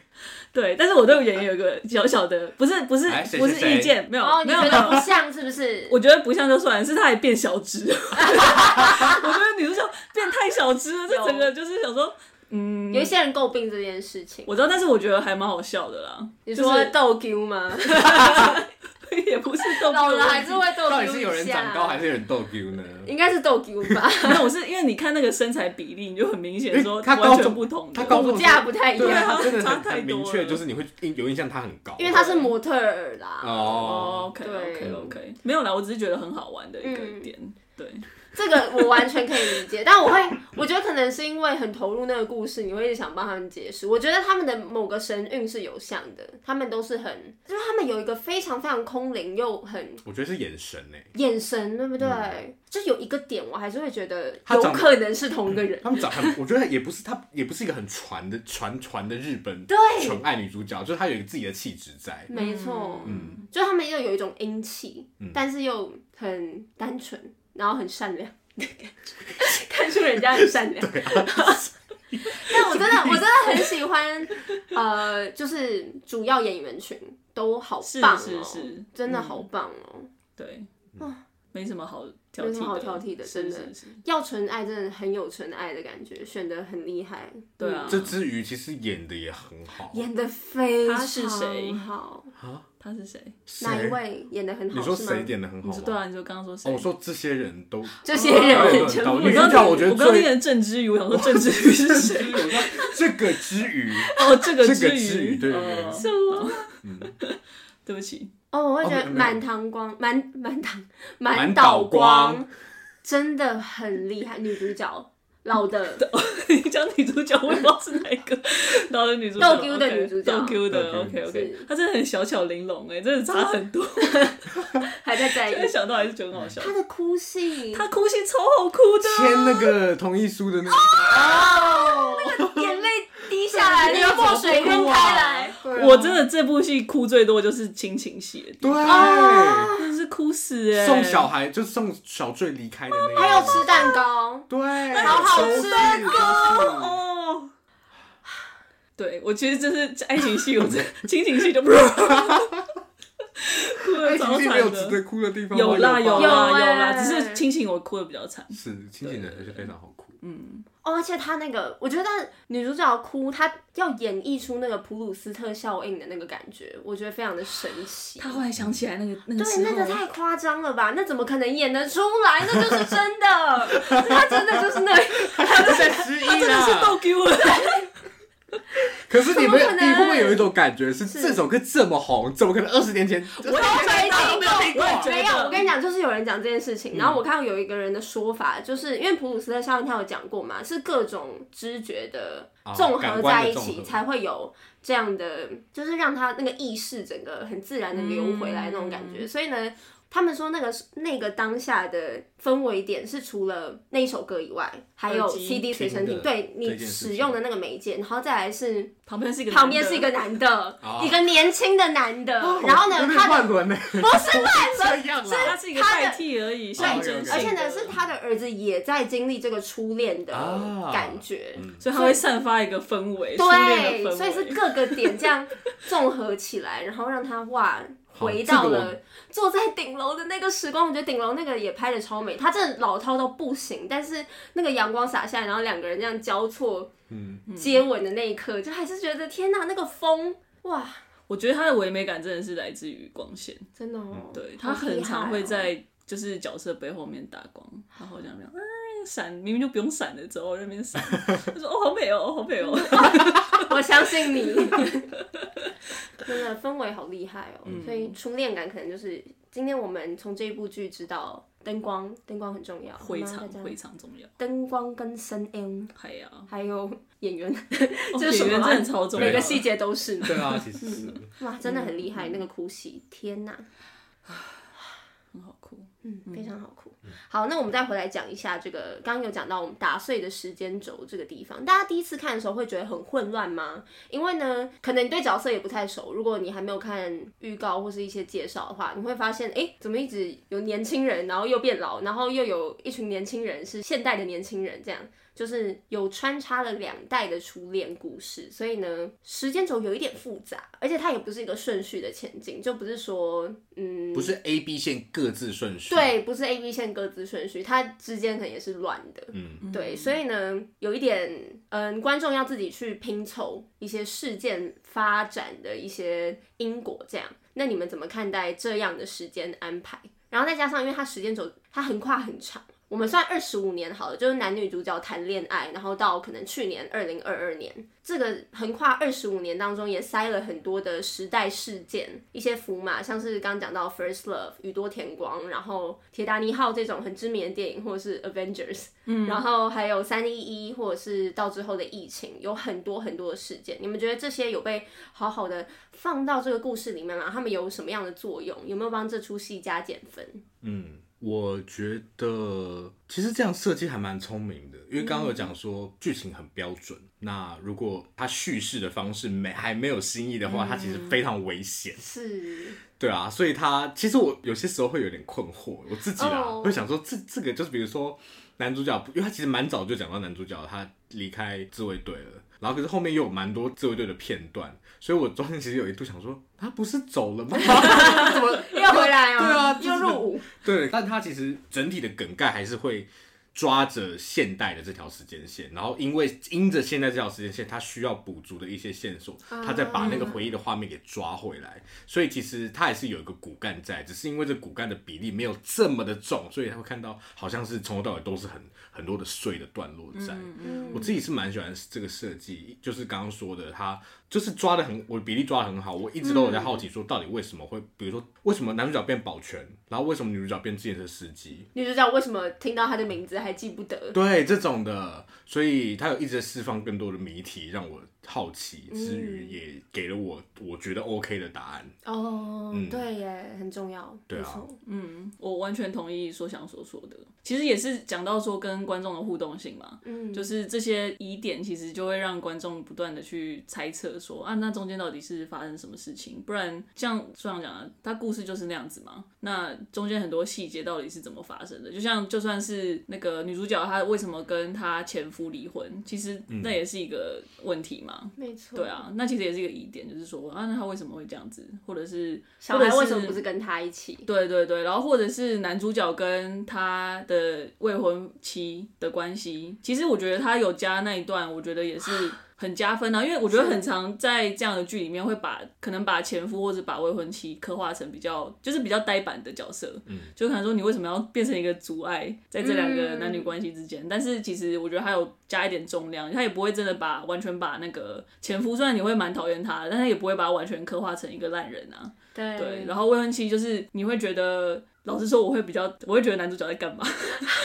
C: 对，但是我对演员有一个小小的，不是不是
B: 哎谁
C: 不
B: 谁
C: 是
B: 谁
C: 意见，没有
A: 哦，你
C: 没有
A: 觉
C: 没
A: 得
C: 有
A: 不，像是不是？
C: 我觉得不像就算了，是她还变小只， *laughs* 我觉得女主角变太小只了，这整个就是想说，嗯，
A: 有一些人诟病这件事情。
C: 我知道，但是我觉得还蛮好笑的啦。
A: 你
C: 就
A: 说
C: 是
A: 逗 Q
B: *laughs*
A: 吗？
C: *laughs* 也不是逗逼
A: 老
C: 的
A: 了
C: 问
A: 还
C: 题
A: 是会逗 Q
B: 到底是有人长高还
A: 是？
B: 是有人逗 Q
A: *laughs*
B: 呢？
A: 应该是逗 Q
B: *laughs*
A: 吧，
C: 没有，我是因为你看那个身材比例，你就很明显说
B: 因为欸他高
C: 完全
B: 中
C: 不同的。
B: 他高中
A: 骨架不太一
B: 对
A: 样，
B: 啊，
C: 对啊
B: 真
A: *laughs*
B: 的
C: 差
B: 很
C: 太
B: 很明
C: 多
B: 确，
C: 了
B: 就是你会印有印象他很高，
A: 因为她是模特儿啦。
B: 哦
C: 哦、，OK OK OK，没有啦，我只是觉得很好玩的一
A: 嗯
C: 个点。对，
A: 这个我完全可以理解，但我会，我觉得可能是因为很投入那个故事，你会一直想帮他们解释。我觉得他们的某个神韵是有像的，他们都是很，就是他们有一个非常非常空灵又很
B: 我觉得是眼神欸诶，
A: 眼神，对不对？就有一个点，我还是会觉得
B: 嗯他
A: 有
B: 长得
A: 可能是同一个人。
B: 他们
A: *laughs*
B: 长很，我觉得也不是他，也不是一个很传的传传的日本
A: 对
B: 纯爱女主角，就是她有一个自己的气质在。
A: 没错，
B: 嗯，
A: 就他们又有一种英气，但是又很单纯，然后很善良 *laughs* 的感觉，看出人家很善良。
B: 啊
A: *laughs* 但我真的，我真的很喜欢，呃，就是主要演员群都好
C: 是
A: 棒哦，
C: 是是嗯
A: 真的好棒哦。
C: 对，
B: 嗯
C: 没什么好挑剔
A: 没
C: 的，
A: 什么好挑剔的
C: 是
A: 真的
C: 是是
A: 要纯爱真的很有纯爱的感觉，选的很厉害，嗯
C: 对啊。
B: 这之余其实演的也很好。
A: 演的非
C: 他是谁
A: 常好。
C: 他是谁？
B: 谁
A: 哪一？位演的很好？
B: 你说
A: 是吗
B: 谁？演的很好
C: 你
B: 吗
C: 说？对啊，你说刚刚说谁？
B: 哦，我说这些人都，
A: *laughs* 这些人
B: 哦
A: 全
B: 我
A: 部
C: 我
B: 知道女主
C: 刚
B: 角
C: 刚
B: 我觉得
C: 我刚
B: 最
C: 听成郑之宇，我想说郑之宇是
B: *laughs*
C: 谁？
B: 我说这个之余，
C: 哦，这个
B: 这个之
C: 之
B: 余
C: 宇，
B: 对对对嗯
C: 什么？ *laughs* 对不起，
A: 哦，我会觉
B: 哦
A: 得
B: 没有
A: 满堂光，满满堂
B: 满
A: 满
B: 岛
A: 岛
B: 光
A: 光，真的很厉害。女主角老的，
C: 你讲女主角，我也不知道是哪一个，然后女主角
A: 斗 Q 的女主角
C: 豆 Q 的
B: 斗 Q
C: ，OK
A: 是
C: OK，她真的很小巧玲珑哎，真的差很多，
A: 还在在
C: 现在
A: 意
C: 想到还是觉得很好
A: *laughs*
C: 笑。
A: 她的哭戏，
C: 她哭戏超好哭
B: 签
C: 的，
B: 那个同意书的那个，
A: 哦，那个眼泪滴下 *laughs* 来，那个墨水
B: 怎么
A: 扔
B: 哭啊
A: 开来，
B: 对啊
C: 我真的这部戏哭最多就是亲情戏，
A: 哦
B: 对，
C: 真的是哭死哎。
B: 送小孩就送小坠离开的那个，
A: 还有吃蛋糕，
B: 对，
A: 好好吃
C: *laughs*
B: 哦，
C: 哦。对，我其实就是爱情戏，我这亲情戏就 *laughs* 哭
B: 爱
C: 的
B: 情
C: 超
B: 哎戏没有
C: 惨
B: 值
C: 的。
B: 得哭的地方吗，
C: 有啦有
A: 有
C: 啦有
A: 欸
C: 啦，只是亲情我哭的比较惨。
B: 是亲情的还是非常好哭。
C: 嗯
B: *laughs*
A: 哦，而且她那个，我觉得女主角哭，她要演绎出那个普鲁斯特效应的那个感觉，我觉得非常的神奇。
C: 他后来想起来那个那个
A: 对，
C: 时
A: 那
C: 候，
A: 个太夸张了吧？那怎么可能演得出来？那就是真 *laughs* 的，他真的就是那样，
B: 他在失忆
C: 真的是逗 Q 了。
B: 可是你
A: 怎么
B: 们，
A: 可能
B: 你会不会有一种感觉是
A: 是
B: 这首歌这么红，怎么可能二十年前？
C: 我也觉得
B: 大家都没有听过嗯
C: 我也觉得
A: 没有，我跟你讲，就是有人讲这件事情，然后我看到有一个人的说法，就是因为普鲁斯特效应，他有讲过嘛，是各种知觉的
B: 啊
A: 综
B: 感
A: 合
B: 官
A: 在
B: 的
A: 一
B: 综
A: 起，
B: 合
A: 才会有这样的，就是让他那个意识整个很自然的流回来那种感觉。
B: 嗯
A: 所以呢，他们说那个那个当下的氛围点是除了那一首歌以外，还有
C: 耳机
A: CD 随身
B: 听
A: 听，
B: 的
A: 对
B: 这
A: 你
B: 件事
A: 使
B: 情
A: 用的那个媒介，然后再来是
C: 旁边是一个，
A: 旁边是一个，男的，
B: 哦
A: 一个年轻的男的，然后呢
B: 有，点
A: 他的
B: 乱伦呢？不是乱伦，这样啦。
C: 他是一个
A: 他的哦
C: 代替而已，象征性的
A: 而且呢，是他的儿子也在经历这个初恋的
B: 啊
A: 感觉，
C: 所以他会散发一个氛围，初恋的
A: 对，
C: 氛围，
A: 所以是各个点这样综合起来，然后让他哇。
B: 好哦
A: 回到
B: 这个我
A: 了坐在顶楼的那个时光，我觉得顶楼那个也拍的超美，他真的老套到不行。但是那个阳光洒下来，然后两个人这样交错
B: 嗯，
A: 接吻的那一刻，就还是觉得天哪，那个风哇，
C: 我觉得他的唯美感真的是来自于光线，
A: 真的哦，
C: 嗯对
A: 好
C: 他很
A: 厉害
C: 常会
A: 哦
C: 在就是角色背后面打光，然后这样这样。嗯闪明明就不用闪的，走我那边闪，他说哦好美哦，好美
A: 嗯
C: 哦， *laughs*
A: 我相信你， *laughs* 真的氛围好厉害哦、
C: 嗯
A: 所以初恋感可能就是今天我们从这一部剧知道灯光，灯光很重要，
C: 回
A: 好
C: 场
A: 吗大家
C: 回场重要，
A: 灯光跟声音，
C: 哎呀，
A: 还有演员， *laughs*
C: 哦
A: 这是什么
C: 演员
A: 啊
C: 真的超重要，嗯
A: 每个细节都是嘛
B: 对啊，其实是
A: 哇，真的很厉害，那个哭戏，天哪！
C: 很好哭，
A: 嗯，非常好哭。好，那我们再回来讲一下这个，刚刚有讲到我们打碎的时间轴这个地方，大家第一次看的时候会觉得很混乱吗？因为呢，可能你对角色也不太熟，如果你还没有看预告或是一些介绍的话，你会发现，哎、怎么一直有年轻人，然后又变老，然后又有一群年轻人是现代的年轻人，这样就是有穿插了两代的初恋故事，所以呢，时间轴有一点复杂，而且它也不是一个顺序的前进，就不是说，嗯，
B: 不是 A B 线各自顺序？，
A: 对，不是 A、B 线各自顺序，它之间可能也是乱的。
B: 嗯，
A: 对，所以呢，有一点，嗯，观众要自己去拼凑一些事件发展的一些因果，这样。那你们怎么看待这样的时间安排？然后再加上，因为它时间轴它横跨很长，我们算二十五年好了，就是男女主角谈恋爱，然后到可能去年二零二二年，这个横跨二十五年当中也塞了很多的时代事件，一些符码，像是刚讲到《First Love》宇多田光，然后《铁达尼号》这种很知名的电影，或者是《Avengers》。然后还有三一一，或者是到之后的疫情，有很多很多的事件。你们觉得这些有被好好的放到这个故事里面吗？他们有什么样的作用？有没有帮这出戏加减分？
B: 嗯，我觉得其实这样设计还蛮聪明的，因为刚刚有讲说剧情很标准，那如果它叙事的方式没还没有新意的话，它其实非常危险。
A: 是，
B: 对啊，所以他其实我有些时候会有点困惑，我自己啦、
A: 哦
B: 会想说这这个就是比如说男主角，因为他其实蛮早就讲到男主角他离开自卫队了，然后可是后面又有蛮多自卫队的片段，所以我中间其实有一度想说他不是走了吗？ *laughs* 怎么
A: *laughs* 又回来哦，
B: 对啊就是
A: 又入伍，
B: 对， *laughs* 但它其实整体的梗概还是会抓着现代的这条时间线，然后因为因着现在这条时间线，它需要补足的一些线索，它再把那个回忆的画面给抓回来。所以其实它还是有一个骨干在，只是因为这骨干的比例没有这么的重，所以它会看到好像是从头到尾都是很很多的碎的段落在。
A: 嗯
B: 我自己是蛮喜欢这个设计，就是刚刚说的，它就是抓的很，我比例抓的很好。我一直都有在好奇，说到底为什么会，比如说为什么男主角变保全，然后为什么女主角变自行车司机，
A: 女主角为什么听到他的名字还记不得？
B: 对这种的，所以它有一直在释放更多的谜题，让我好奇之余，也给了我我觉得 OK 的答案。
A: 哦，
B: 嗯
A: 对耶，很重要，
B: 对啊
A: 没错
C: 嗯，我完全同意所想所说的。其实也是讲到说跟观众的互动性嘛，
A: 嗯，
C: 就是这些疑点其实就会让观众不断的去猜测说啊，那中间到底是发生什么事情？不然像所长讲的，他故事就是那样子嘛。那中间很多细节到底是怎么发生的？就像就算是那个女主角她为什么跟她前夫离婚，其实那也是一个问题嘛。
A: 没错，
C: 对，啊，那其实也是一个疑点，就是说啊，那他为什么会这样子，或者是
A: 小
C: 或
A: 孩
C: 者
A: 为什么
C: 是
A: 不是跟他一起？
C: 对对对，然后或者是男主角跟他的未婚妻的关系，其实我觉得他有加那一段，我觉得也是很加分啊，因为我觉得很常在这样的剧里面会把可能把前夫或者把未婚妻刻画成比较就是比较呆板的角色，嗯，就可能说你为什么要变成一个阻碍在这两个男女关系之间，但是其实我觉得还有加一点重量，他也不会真的把完全把那个前夫，虽然你会蛮讨厌他的，但他也不会把他完全刻画成一个烂人啊，
A: 对
C: 对，然后未婚妻就是你会觉得，老实说，我会比较，我会觉得男主角在干嘛，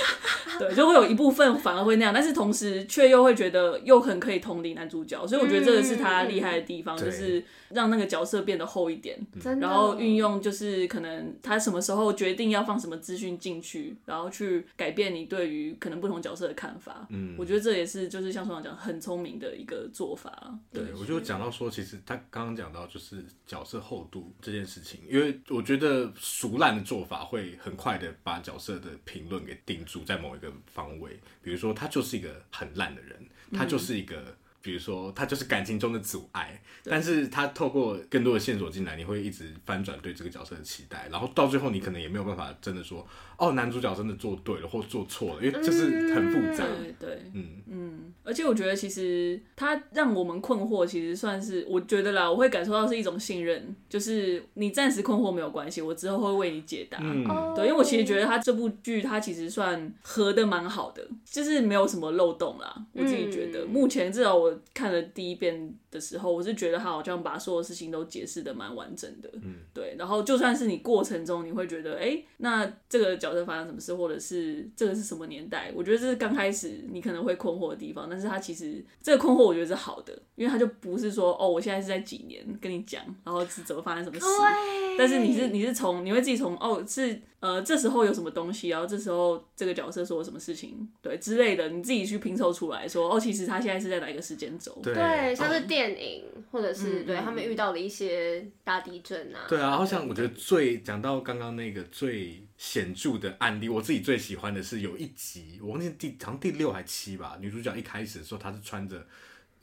C: *laughs* 对，就会有一部分反而会那样，但是同时却又会觉得又很可以同理男主角，所以我觉得这个是他厉害的地方，
B: 嗯
C: 就是让那个角色变得厚一点，
A: 真的哦
C: 然后运用就是可能他什么时候决定要放什么资讯进去，然后去改变你对于可能不同角色的看法，嗯，我觉得这也是就是像所长讲很聪明的一个做法，
B: 对，我就讲到说，其实他刚刚讲到就是角色厚度这件事情，因为我觉得熟烂的做法会很快的把角色的评论给定住在某一个方位，比如说他就是一个很烂的人，他就是一个。比如说，他就是感情中的阻碍，但是他透过更多的线索进来，你会一直翻转对这个角色的期待，然后到最后你可能也没有办法真的说，哦，男主角真的做对了或做错了，因为就是很复杂。
C: 对对，嗯嗯，而且我觉得其实它让我们困惑，其实算是我觉得啦，我会感受到是一种信任，就是你暂时困惑没有关系，我之后会为你解答。
B: 嗯，
A: 哦
C: 对，因为我其实觉
A: 得
C: 得他这部剧，它其实算合的蛮好的，就是没有什么漏洞啦。我自己觉得，
A: 嗯
C: 目前至少我看了第一遍的时候，我是觉得他好像把所有事情都解释的蛮完整的。嗯，对。然后就算是你过程中，你会觉得，哎、那这个角色发生什么事，或者是这个是什么年代？我觉得这是刚开始你可能会困惑的地方，但是他其实这个困惑，我觉得是好的，因为他就不是说，哦，我现在是在几年跟你讲，然后是怎么发生什么事。
A: 哦对，
C: 但是你是你是从你会自己从哦是呃这时候有什么东西，然后这时候这个角色说了什么事情，对之类的，你自己去拼凑出来说哦，其实他现在是在哪一个时间轴？
B: 嗯对
A: 对，像是电影或者是
C: 嗯
A: 对
C: 嗯
A: 他们遇到了一些大地震啊，
B: 对啊，然后像我觉得最讲到刚刚那个最显著的案例，我自己最喜欢的是有一集，我忘记第好像第六还七吧，女主角一开始的时候她是穿着。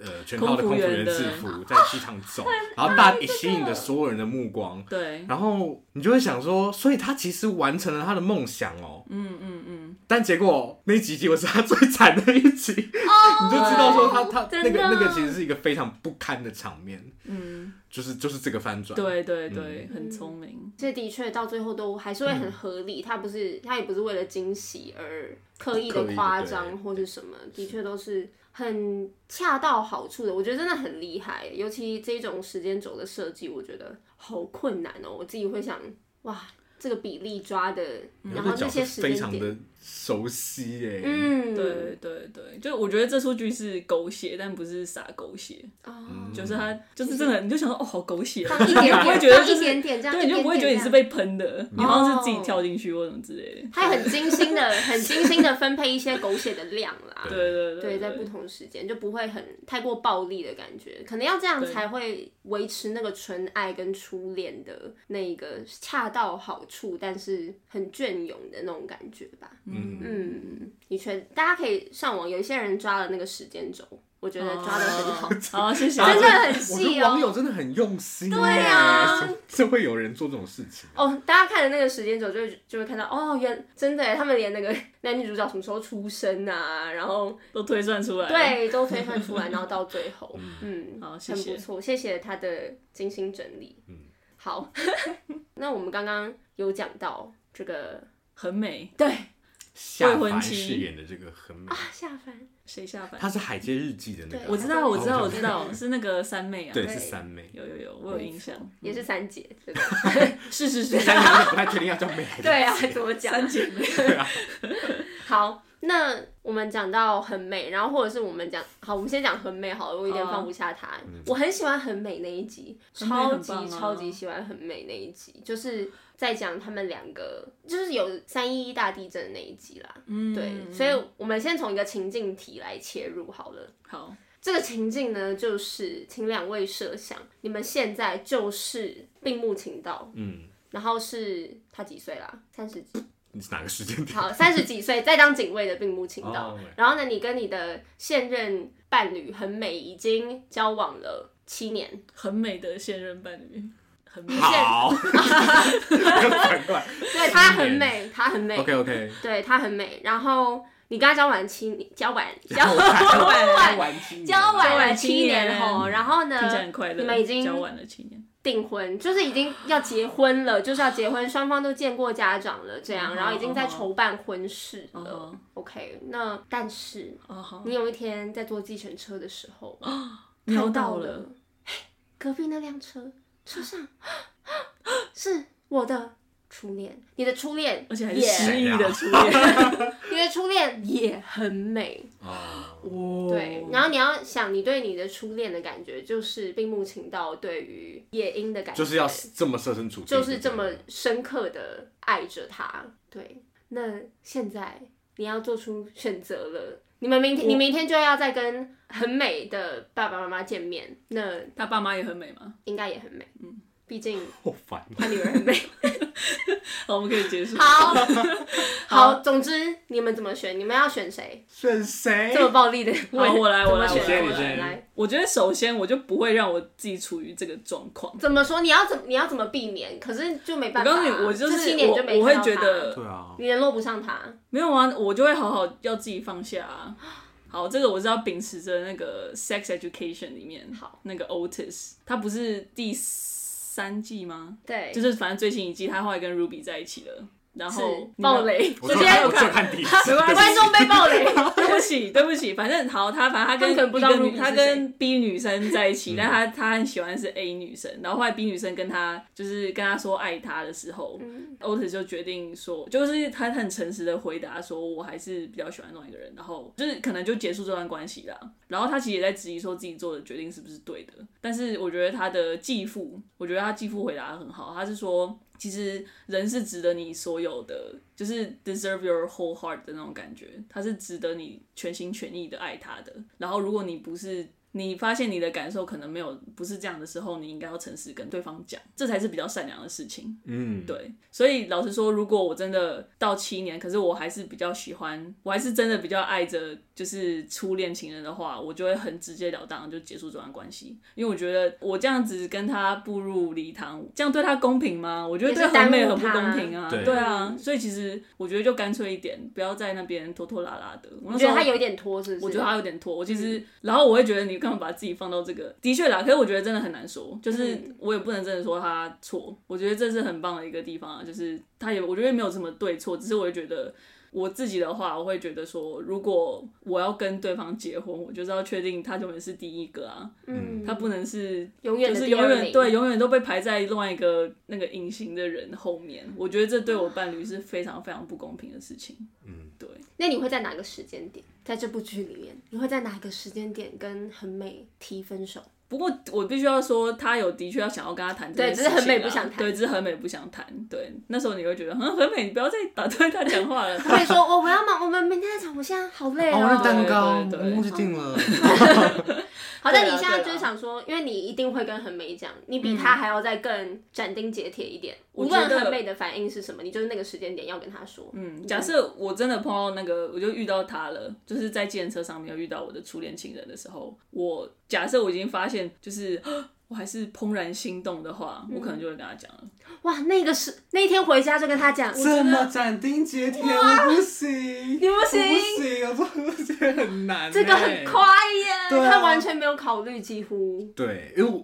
B: 呃，全套的
C: 空
B: 空
C: 服
B: 服
C: 员
B: 员
C: 的
B: 制服在机场走，然后大吸引了所有人的目光，
C: 对，
B: 然后你就会想说，所以她其实完成了她的梦想哦。
C: 嗯嗯嗯，
B: 但结果那几集我是她最惨的一集， *laughs* 你就知道说她她那
A: 真
B: 个
A: 的
B: 那个其实是一个非常不堪的场面，
C: 嗯，
B: 就是就是这个翻转。
C: 对对对，很聪明。
A: 这的确到最后都还是会
B: 嗯
A: 很合理，他不是他也不是为了惊喜而刻意
B: 刻意
A: 的
B: 的
A: 夸
B: 对
A: 张或是什么，的确都是很恰到好处的。我觉得真的很厉害，尤其这种时间轴的设计，我觉得好困难哦。我自己会想，哇，这个比例抓的，然后这
B: 这嗯角
A: 些
B: 色
A: 时
B: 非
A: 间
B: 常
A: 点，
B: 的熟悉耶、
A: 嗯，
C: 对对对，就我觉得这出剧是狗血，但不是傻狗血，
A: 哦，
B: 嗯
C: 就是他就是真的，你就想说哦，好狗血啊，
A: 放一点点
C: 你不会觉得
A: 放一
C: 就是
A: 点点这样
C: 对，
A: 一
C: 你就不会
A: 点点
C: 觉得你
A: 这
C: 是
A: 样
C: 被喷的，你好像是自己跳进去或什么之类的。
A: 他很精心的、很精心的分配一些狗血的量啦。
B: 对
C: 对对
A: 对，在不同时间就不会很太过暴力的感觉，可能要这样
C: 对
A: 才会维持那个纯爱跟初恋的那个恰到好处，但是很隽永的那种感觉吧。
B: 嗯
A: 嗯，的确，大家可以上网，有一些人抓了那个时间轴，我觉得抓的很好。
C: 好，谢谢。
B: 啊
A: 真的很
B: 我觉
A: 细
B: 得
A: 哦
B: 网友真的很用心。对
A: 啊，
B: *laughs* 就哦会有人做这种事情。
A: *laughs*
B: 啊
A: 哦，大家看的那个时间轴就会就会看到，哦，原真的耶，他们连那个 *laughs* 男女主角什么时候出生啊，然后
C: 都推算出来。，
A: 对，都推算出来，然后到最后，嗯，
C: 好谢
A: 很
C: 谢
A: 不错，谢谢他的精心整理。嗯，好， *laughs* 那我们刚刚有讲到这个
C: 很美。
A: 对
B: 夏
C: 未婚
B: 凡
C: 妻
B: 饰演的这个很美
A: 啊，，夏凡，
C: 谁下班？
B: 她是《海街日记》的那
A: 对
B: 个，
C: 我知道，我知道，
B: 哦
C: 我知道，是那个三妹啊。
B: 对，
A: 对
B: 是三妹。
C: 有有有，我有印象。嗯
A: 也是三姐，对 *laughs* 不对
C: 是是是，
B: 三妹我也不太确定要叫妹还是
A: 对啊，怎么讲？
C: 三姐
A: *laughs*
C: 妹。
A: 好，那我们讲到很美，然后或者是我们讲好，我们先讲很美好了，我有点
C: 好啊
A: 放不下她。我很喜欢很美那一集，
C: 很美很
A: 超
C: 棒
A: 级、
C: 啊
A: 超级喜欢很美那一集，就是在讲他们两个，就是有三一一大地震的那一集啦。
C: 嗯
A: 对，所以我们先从一个情境题来切入好了。
C: 好，
A: 这个情境呢，就是请两位设想，你们现在就是病目情道，
B: 嗯，
A: 然后是他几岁啦？三十几，
B: 你是哪个时间点？
A: 好，三十几岁在当警卫的病目情道。
B: 哦
A: 然后呢，你跟你的现任伴侣很美已经交往了七年，
C: 很美的现任伴侣，很美。
A: *laughs*
B: 好，反过来
A: 对他很美，他很美
B: OK OK，
A: 对她很美，然后你跟他交往七年，交往交
B: 交
A: 往
B: 完交完七
A: *laughs*
B: 年
A: 交往
C: 完
A: 了七年后，然后呢
C: 听起来很快乐，
A: 你们已经
C: 交往了七年，
A: 订婚，就是已经要结婚了，就是要结婚，双方都见过家长了，这样，然后已经在筹办婚事
C: 嗯
A: 了
C: 哼。
A: OK，那但是
C: 哦好，
A: 你有一天在坐计程车的时候，
C: 瞄
A: 看
C: 哦到
A: 到
C: 了，，
A: 嘿隔壁那辆车车上 *gasps* 是我的初恋，你的初恋，
C: 而且还是失
A: 也
B: 谁
C: 忆
B: 呀
C: 的初恋， *laughs*
A: 你的初恋也很美，
B: 哦，
A: *laughs*
C: 哇
A: 对，然后你要想，你对你的初恋的感觉，就是并木晴道对于夜莺的感觉，
B: 就是要这么设身处地，
A: 就是这么深刻的爱着他。对，那现在你要做出选择了，你们明天，你明天就要再跟很美的爸爸妈妈见面，那
C: 他爸妈也很美嘛，
A: 应该也很美，嗯，毕竟
B: 好烦。
A: 他
B: *laughs*
A: 女儿很美。 *laughs*
C: 好，我们可以结束。
A: 好，好，总之你们怎么选？你们要选谁？
B: 选谁
A: 这么暴力的
C: 好
A: 问
C: 我来
A: 怎
C: 我
A: 么
C: 来
A: 选我
B: 我来你先你先
A: 来。
C: 我觉得首先我就不会让我自己处于这个状况。
A: 怎么说？你要怎你要怎么避免？可是就没
C: 我
A: 办法啊、
C: 告诉你，我就
A: 这
C: 是
A: 七年
C: 我
A: 就没，
C: 我
A: 看
C: 会
A: 到
C: 觉
A: 他
C: 得
B: 对啊，
A: 你联络不上他，
C: 没有啊，我就会好好要自己放下啊。好，这个我是要秉持着那个《Sex Education》里面，
A: 好
C: 那个 Otis，他不是第三季吗？
A: 对，
C: 就是反正最新一季，他后来跟 Ruby 在一起了，然后
A: 是暴，雷，
B: 我
A: 直
B: 就
A: 接
B: 看我就
A: *laughs*
B: 看第一次， *laughs*
C: 关系
A: 观众被暴雷，
C: 你 *laughs* 们对不起，对不起，反正好，他反正他
A: 他们
C: 跟
A: 可能不知
C: 一个
A: 道
C: 女
A: Ruby
C: 他
A: 是
C: 跟 B 女生在一起，但他他很喜欢是 A 女生，然后后来 B 女生跟他就是跟他说爱他的时候，Otis 就决定说，就是他很诚实的回答说，我还是比较喜欢另外一个人，然后就是可能就结束这段关系啦。然后他其实也在质疑说自己做的决定是不是对的，但是我觉得他的继父，我觉得他继父回答的很好，他是说。其实人是值得你所有的，就是 deserve your whole heart 的那种感觉，他是值得你全心全意的爱他的。然后如果你不是你发现你的感受可能没有不是这样的时候，你应该要诚实跟对方讲，这才是比较善良的事情。
B: 嗯，
C: 对，所以老实说，如果我真的到七年，可是我还是比较喜欢，我还是真的比较爱着就是初恋情人的话，我就会很直截了当地就结束这段关系，因为我觉得我这样子跟他步入礼堂，这样对他公平吗？我觉得
A: 也
C: 对
A: 是耽
C: 很美
A: 误
C: 很不
A: 他
C: 公平啊，
B: 对
C: 对啊，所以其实我觉得就干脆一点，不要在那边拖拖拉拉的。我
A: *laughs* 我
C: 那
A: 觉
C: 时
A: 得
C: 候
A: 他有点拖，是不是？嗯
C: 我觉得他有点拖。我其实，然后我会觉得你干嘛把自己放到这个？的确啦，可是我觉得真的很难说，就是
A: 嗯
C: 我也不能真的说他错。我觉得这是很棒的一个地方啊，就是他也我觉得没有什么对错，只是我会觉得。我自己的话，我会觉得说，如果我要跟对方结婚，我就是要确定他永远是第一个啊，
A: 嗯，
C: 他不能是
A: 永远的
C: 就是
A: 第
C: 永
A: 二
C: 远
A: 名
C: 对，永远都被排在另外一个那个隐形的人后面。我觉得这对我伴侣是非常非常不公平的事情。嗯，对。
A: 那你会在哪个时间点，在这部剧里面，你会在哪个时间点跟很美提分手？
C: 不过我必须要说，他有的确要想要跟他谈这
A: 对
C: 件事
A: 只
C: 情
A: 是
C: 啦，
A: 很美不想谈
C: 对，只是很美不想谈。对，那时候你会觉得，嗯，很美，你不要再打断他讲话
A: *laughs*
C: 了。
A: 他会说：“哦我我要忙，我们明天再讲，我现在好累
B: 哦，那
A: 哦。
B: 蛋糕
C: 对对
B: 我
C: 对
B: 忘记订了，”
A: 好，但
C: 对啊
A: 你现在
C: 对啊
A: 就是想说，因为你一定会跟很美讲，你比他还要再更斩钉截铁一点。
C: 我
A: 无
C: 觉
A: 论
C: 得
A: 很美的反应是什么，你就是那个时间点要跟他说。
C: 嗯，假设我真的碰到那个，我就遇到他了，就是在计程车上面有遇到我的初恋情人的时候，我假设我已经发现，就是。啊我还是怦然心动的话，我可能就会跟他讲了。
A: 哇，那个是那一天回家就跟他讲，
B: 这么斩钉截铁，我不行，你
A: 不行
B: 不行，我做这些很难，欸
A: 这个很快。耶，
B: 对啊
A: 他完全没有考虑，几乎
B: 对，因为我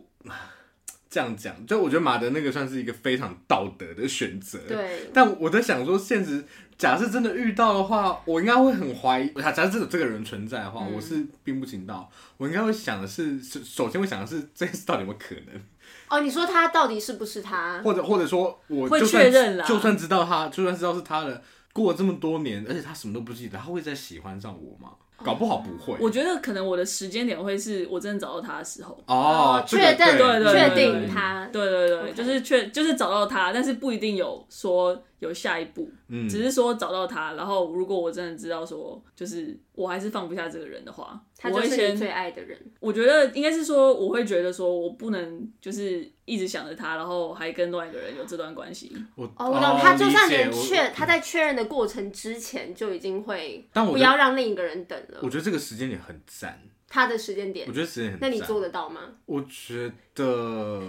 B: 这样讲，就我觉得马德那个算是一个非常道德的选择。。
A: 对。
B: 但我在想说，现实假设真的遇到的话，我应该会很怀疑。啊假假设真的这个人存在的
A: 嗯
B: 话，我是并不情到，我应该会想的是，首首先会想的是这件事到底有没有可能，
A: 哦，你说他到底是不是他？
B: 或者或者说我
C: 会
B: 就算
C: 确认啦
B: 就算知道他，就算知道是他的，过了这么多年，而且他什么都不记得，他会再喜欢上我吗？搞不好不会。
C: 哦我觉得可能我的时间点会是我真的找到他的时候。
B: 哦，这
A: 确
B: 个
A: 认
C: 对对
A: 确
C: 对
A: 定他，
C: 对对对
A: OK
C: 就是确就是找到他，但是不一定有说有下一步，
B: 嗯
C: 只是说找到他。然后如果我真的知道说，就是我还是放不下这个人的话，
A: 他
C: 我
A: 就
C: 会
A: 是你
C: 先
A: 最爱的人。
C: 我觉得应该是说，我会觉得说我不能就是一直想着他，然后还跟另外一个人有这段关系。
B: 我
A: 哦，我懂，他就算
B: 理解
A: 连
B: 我
A: 确他在确认的过程之前就已经会
B: 但我
A: 不
B: 觉得
A: 要让另一个人等了
B: 我。觉得这个时间点很赞，
A: 他的时间点
B: 我，觉得时间很
A: 那
B: 赞。
A: 你做得到吗？
B: 我觉得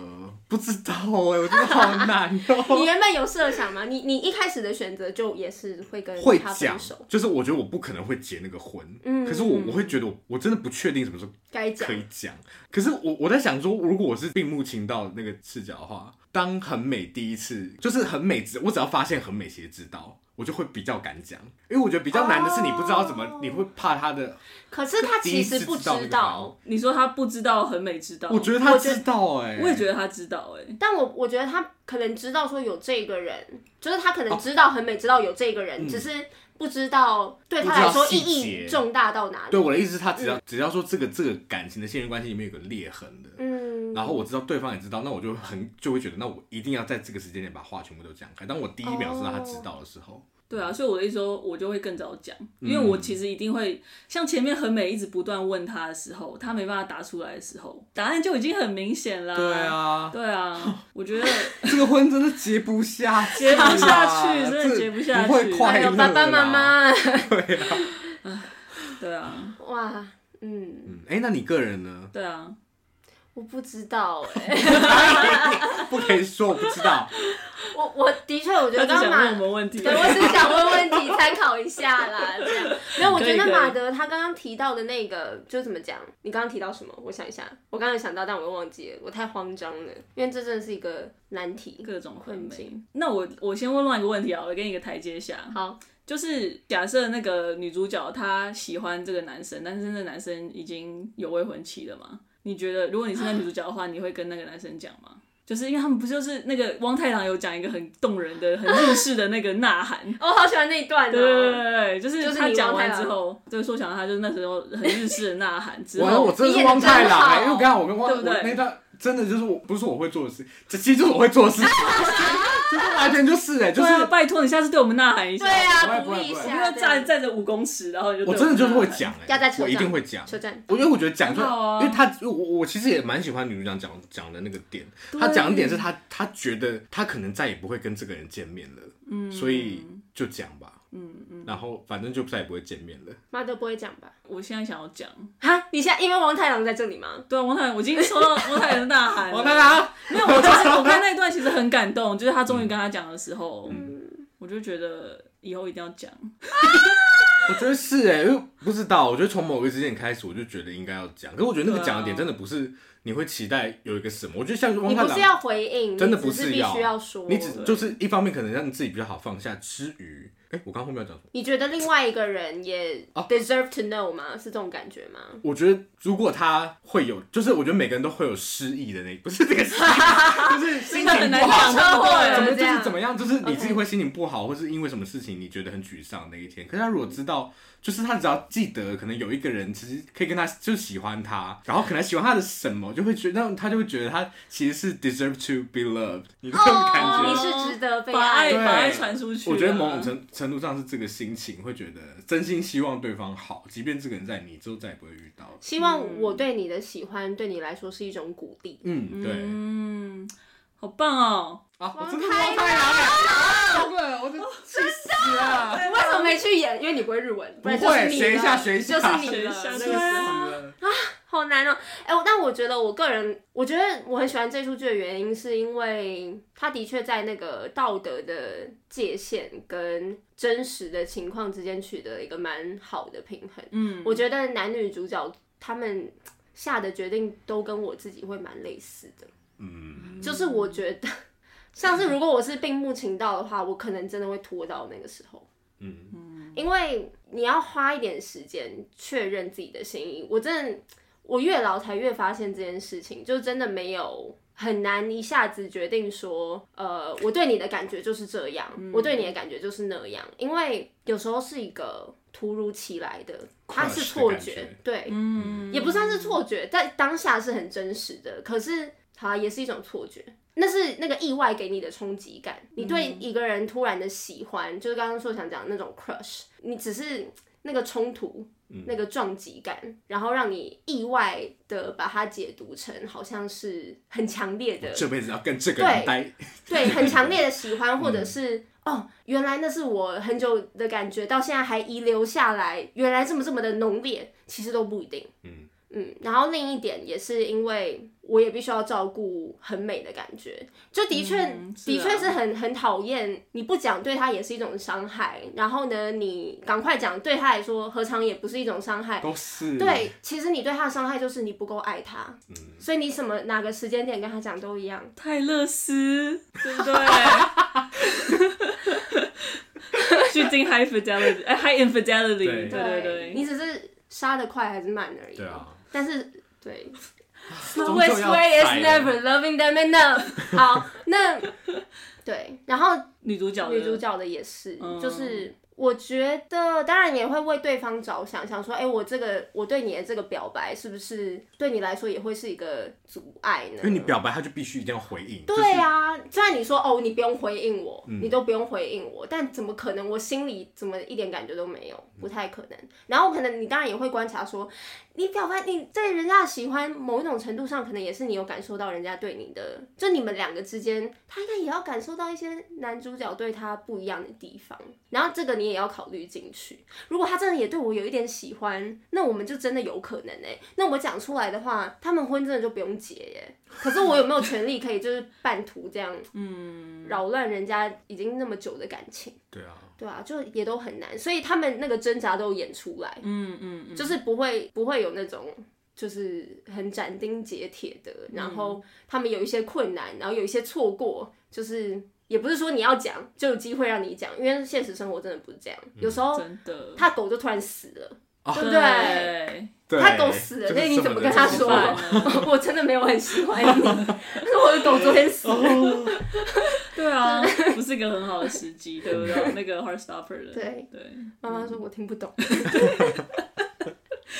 B: 不知道哎、我觉得好难
A: *laughs*
B: 哦、
A: 你原本有设想吗？你你一开始的选择就也是会跟
B: 会
A: 他分
B: 讲
A: 手，，
B: 就是我觉得我不可能会结那个婚，
A: 嗯
B: 可是我我会觉得我我真的不确定什么时候
A: 该讲
B: 可以讲。可是我我在想说，如果我是病目情到那个视角的话，当很美第一次就是很美只，我只要发现很美鞋知道，我就会比较敢讲，因为我觉得比较难的是你不知道怎么，
A: 哦
B: 你会怕他的。
A: 可是他其实不
B: 第一次
A: 知
B: 知道
A: 道，
C: 你说他不知道，很美知道，
B: 我觉得他知道哎、
C: 我也觉得他知道、哎，
A: 但我我觉得他可能知道说有这个人，就是他可
B: 哦
A: 能知道很美，知道有这个人，只是不知道对他来说
B: 嗯不知
A: 意
B: 道细节
A: 义重大到哪里。
B: 对我的意思是，他
A: 嗯
B: 只要、只要说这个这个感情的信任关系里面有个裂痕的，
A: 嗯，
B: 然后我知道对方也知道，那我就很就会觉得，那我一定要在这个时间点把话全部都讲开。当我第一秒知道他
A: 哦
B: 知道的时候，
C: 对啊，所以我的意思说，我就会更早讲，因
B: 嗯
C: 为我其实一定会像前面很美一直不断问他的时候，他没办法答出来的时候，答案就已经很明显啦。
B: 对，啊，
C: 对啊，我觉得
B: *laughs* 这个婚真的结不下去，
C: 结不下去
B: 啊
C: 真的结不下去哎
B: 这不会快
A: 还
B: 乐
A: 有
B: 啦
A: 爸爸妈。妈，
C: 对啊，
A: 哇，嗯，
B: 嗯，哎，那你个人呢？
C: 对啊，
A: 我不知道哎、
B: 不可以说我不
C: *laughs*
B: 知道，
A: 我我的确我觉
C: 他
A: 得
C: 只想
A: 刚
C: 问我
A: 马。
C: 们问题。
A: 对，我只是想问问题，参考一下啦，这样。没有，我觉
C: 可以可
A: 得
C: 以
A: 马德他刚刚提到的那个，就怎么讲？你刚刚提到什么？我想一下，我刚刚有想到，但我又忘记了，我太慌张了，因为这真的是一个难题。
C: 各种很
A: 困
C: 美
A: 境。
C: 那我我先问另外一个问题啊，我给你一个台阶下。
A: 好，。
C: 就是假设那个女主角她喜欢这个男生，但是那男生已经有未婚妻了嘛？你觉得如果你是那女主角的话，你会跟那个男生讲吗？就是因为他们不就是那个汪太郎有讲一个很动人的、很日式的那个呐喊
A: *laughs* 哦，好喜欢那一段
C: 对对
A: 哦。
C: 对对，就
A: 就是是
C: 他
A: 你
C: 讲
A: 汪太
C: 完
A: 郎
C: 之后，就是说想到他就是那时候很日式的呐喊之
B: *laughs* 我
C: 后，
B: 我真的是汪太郎哎，因为我刚刚我跟汪
C: 对不对
B: 我那段真的就是我不是我会做的事，这其实就是我
C: *laughs*
B: 会做的事，就是完全就是哎，就
C: 对
B: 是
C: 啊，拜托你下次对我们呐喊一下，
A: 对啊，
B: 不
A: 鼓
B: 会
A: 励一
B: 不会
C: 我们
A: 下。
C: 要站
A: 对
C: 站着五公尺，然后你就对
B: 我真的就是
C: 们呐
B: 会
C: 喊
B: 讲
A: 要在
B: 哎，
A: 车
B: 我一
A: 站
B: 定会讲。
A: 车站，
B: 我因为我觉得讲出来，
C: 很好啊
B: 因为他我我我其实也蛮喜欢女主角讲讲的那个点，
C: 对
B: 她讲的点是她她觉得她可能再也不会跟这个人见面了，嗯，所以就讲吧，嗯嗯，然后反正就再也不会见面了，
A: 马德不会讲吧？
C: 我现在想要讲，
A: 哈，你现在因为王太郎在这里吗？
C: 对啊，王太郎，我已经收到王太郎的呐
B: *laughs*
C: 喊了，
B: 王太郎，
C: 没有，我其实我看那一段其实很感动，就是他终
B: 嗯
C: 于跟他讲的时候，
A: 嗯
C: 我就觉得以后一定要讲。
B: 我觉得是哎、因为不知道，我觉得从某个时间开始我就觉得应该要讲，可是我觉得那个
C: 对啊
B: 讲的点真的不是你会期待有一个什么，我觉得像汪
A: 你
B: 太
A: 不
B: 郎
A: 是要回应，
B: 真的
A: 你
B: 不
A: 只是
B: 是
A: 必
B: 要
A: 须要说。
B: 你只就是一方面可能让你自己比较好放下之余，哎、我刚刚后面要讲什么？
A: 你觉得另外一个人也
B: 哦
A: deserve to know 吗？是这种感觉吗？
B: 我觉得如果他会有，就是我觉得每个人都会有失忆的那， *laughs* 不是这个失忆，就是心情
C: 很
B: 不
C: 难讲
B: 好，
C: 对不
B: 怎么
C: 对？
B: 就是怎么啊样，就是你自己会心情不好，或是因为什么事情你觉得很沮丧那一天。可是他如果知道，就是他只要记得，可能有一个人其实可以跟他就喜欢他，然后可能喜欢他的什么，就会觉得那他就会觉得他其实是 deserve to be loved，你这种感
A: 哦
B: 觉。
A: 你是值得被
C: 把爱
A: 爱
B: 对
C: 把爱传出去啊。
B: 我觉得某种程程度上是这个心情，会觉得真心希望对方好，即便这个人在你之后再也不会遇到。
A: 希望我对你的喜欢对你来说是一种鼓励。
B: 嗯，对。
C: 嗯，好棒哦！
B: 啊，我
A: 王
B: 真的
A: 太啊
B: 太阳了，真哦的，我真的气死啊了，
A: 我为什么没去演？因为你不会日文，不然
B: 不
A: 就
B: 会
A: 是你
B: 学一下
A: 了
B: 学一下
A: 就是你了。
C: 学一下
A: 这
B: 气
A: 个
C: 对
A: 是
C: 啊
B: 死了。
A: 好难哦、哎、我但我觉得我个人，我觉得我很喜欢这出剧的原因，是因为它的确在那个道德的界限跟真实的情况之间取得一个蛮好的平衡。
C: 嗯，
A: 我觉得男女主角他们下的决定都跟我自己会蛮类似的，
B: 嗯，
A: 就是我觉得， *laughs* 像是如果我是病目情到的话，我可能真的会拖到那个时候。
B: 嗯，
A: 因为你要花一点时间确认自己的心意。我真的，我越老才越发现这件事情，就真的没有很难一下子决定说，呃，我对你的感觉就是这样，
B: 嗯
A: 我对你的感觉就是那样，因为有时候是一个突如其来的，它是
B: Crush 的
A: 错
B: 感
A: 觉
B: 觉，
A: 对，
C: 嗯
A: 也不算是错觉，在当下是很真实的，可是它、也是一种错觉。那是那个意外给你的冲击感，你对一个人突然的喜欢，就是刚刚说想讲的那种 crush，你只是那个冲突、那个撞击感，然后让你意外的把它解读成好像是很强烈的，
B: 这辈子要跟这个人待，
A: 对，很强烈的喜欢，或者
B: 嗯
A: 是、哦，原来那是我很久的感觉，到现在还遗留下来，原来这么这么的浓烈，其实都不一定。
B: 嗯
A: 嗯，然后另一点也是因为我也必须要照顾很美的感觉，就的确、
C: 嗯是
A: 的
C: 啊
A: 确是很很讨厌，你不讲对他也是一种伤害，然后呢，你赶快讲对他来说何尝也不是一种伤害。
B: 都是，嗯
A: 对，其实你对他的伤害就是你不够爱他，所以你什么哪个时间点跟他讲都一样。
C: 泰勒斯，对
A: *laughs*
C: 不对？去进 high fidelity，哎，high infidelity，
B: 对
C: 对对对。
A: 你只是杀的快还是慢而已。
B: 对啊，
A: 但是对
B: *laughs* 终究
A: ，Always
B: 要
A: way is
B: 宰人
A: never loving them
B: *laughs*
A: enough。好，那对，然后
C: 女主角的
A: 女主角的也是，
C: 嗯
A: 就是我觉得当然也会为对方着想，想说，哎、我这个我对你的这个表白是不是对你来说也会是一个阻碍呢？
B: 因为你表白他就必须一定要回应，
A: 对啊，虽然你说哦，你不用回应我，
B: 嗯
A: 你都不用回应我，但怎么可能？我心里怎么一点感觉都没有？
B: 嗯
A: 不太可能。然后可能你当然也会观察说，你表白你对人家的喜欢，某一种程度上可能也是你有感受到人家对你的，就你们两个之间，他应该也要感受到一些男主角对他不一样的地方。然后这个你也要考虑进去。如果他真的也对我有一点喜欢，那我们就真的有可能哎、那我讲出来的话，他们婚真的就不用结耶、可是我有没有权利可以就是半途这样，
C: *laughs*
A: 嗯，扰乱人家已经那么久的感情？
B: 对啊，
A: 对啊，就也都很难，所以他们那个挣扎都有演出来，
C: 嗯嗯嗯，
A: 就是不会不会有那种就是很斩钉截铁的，然
C: 嗯
A: 后他们有一些困难，然后有一些错过，就是也不是说你要讲就有机会让你讲，因为现实生活真的不是这样，有时候
C: 嗯真的，
A: 他狗就突然死了，
B: 哦
A: 对不对？ *laughs*
C: 对，
B: 对，
A: 他狗死了，
B: 就
A: 那
B: 是
A: 你
B: 这
A: 怎么
B: 的
A: 跟他
B: 情
A: 说
B: 况
C: 啊？
A: 我真的没有很喜欢你， *laughs* 但是我的狗昨天死
C: 哦
A: 了。*laughs*
C: 对啊，不是一个很好的时机，对不对？那个 Heartstopper 的，
A: 对
C: 对，
A: 妈妈说我听不懂。嗯 *laughs*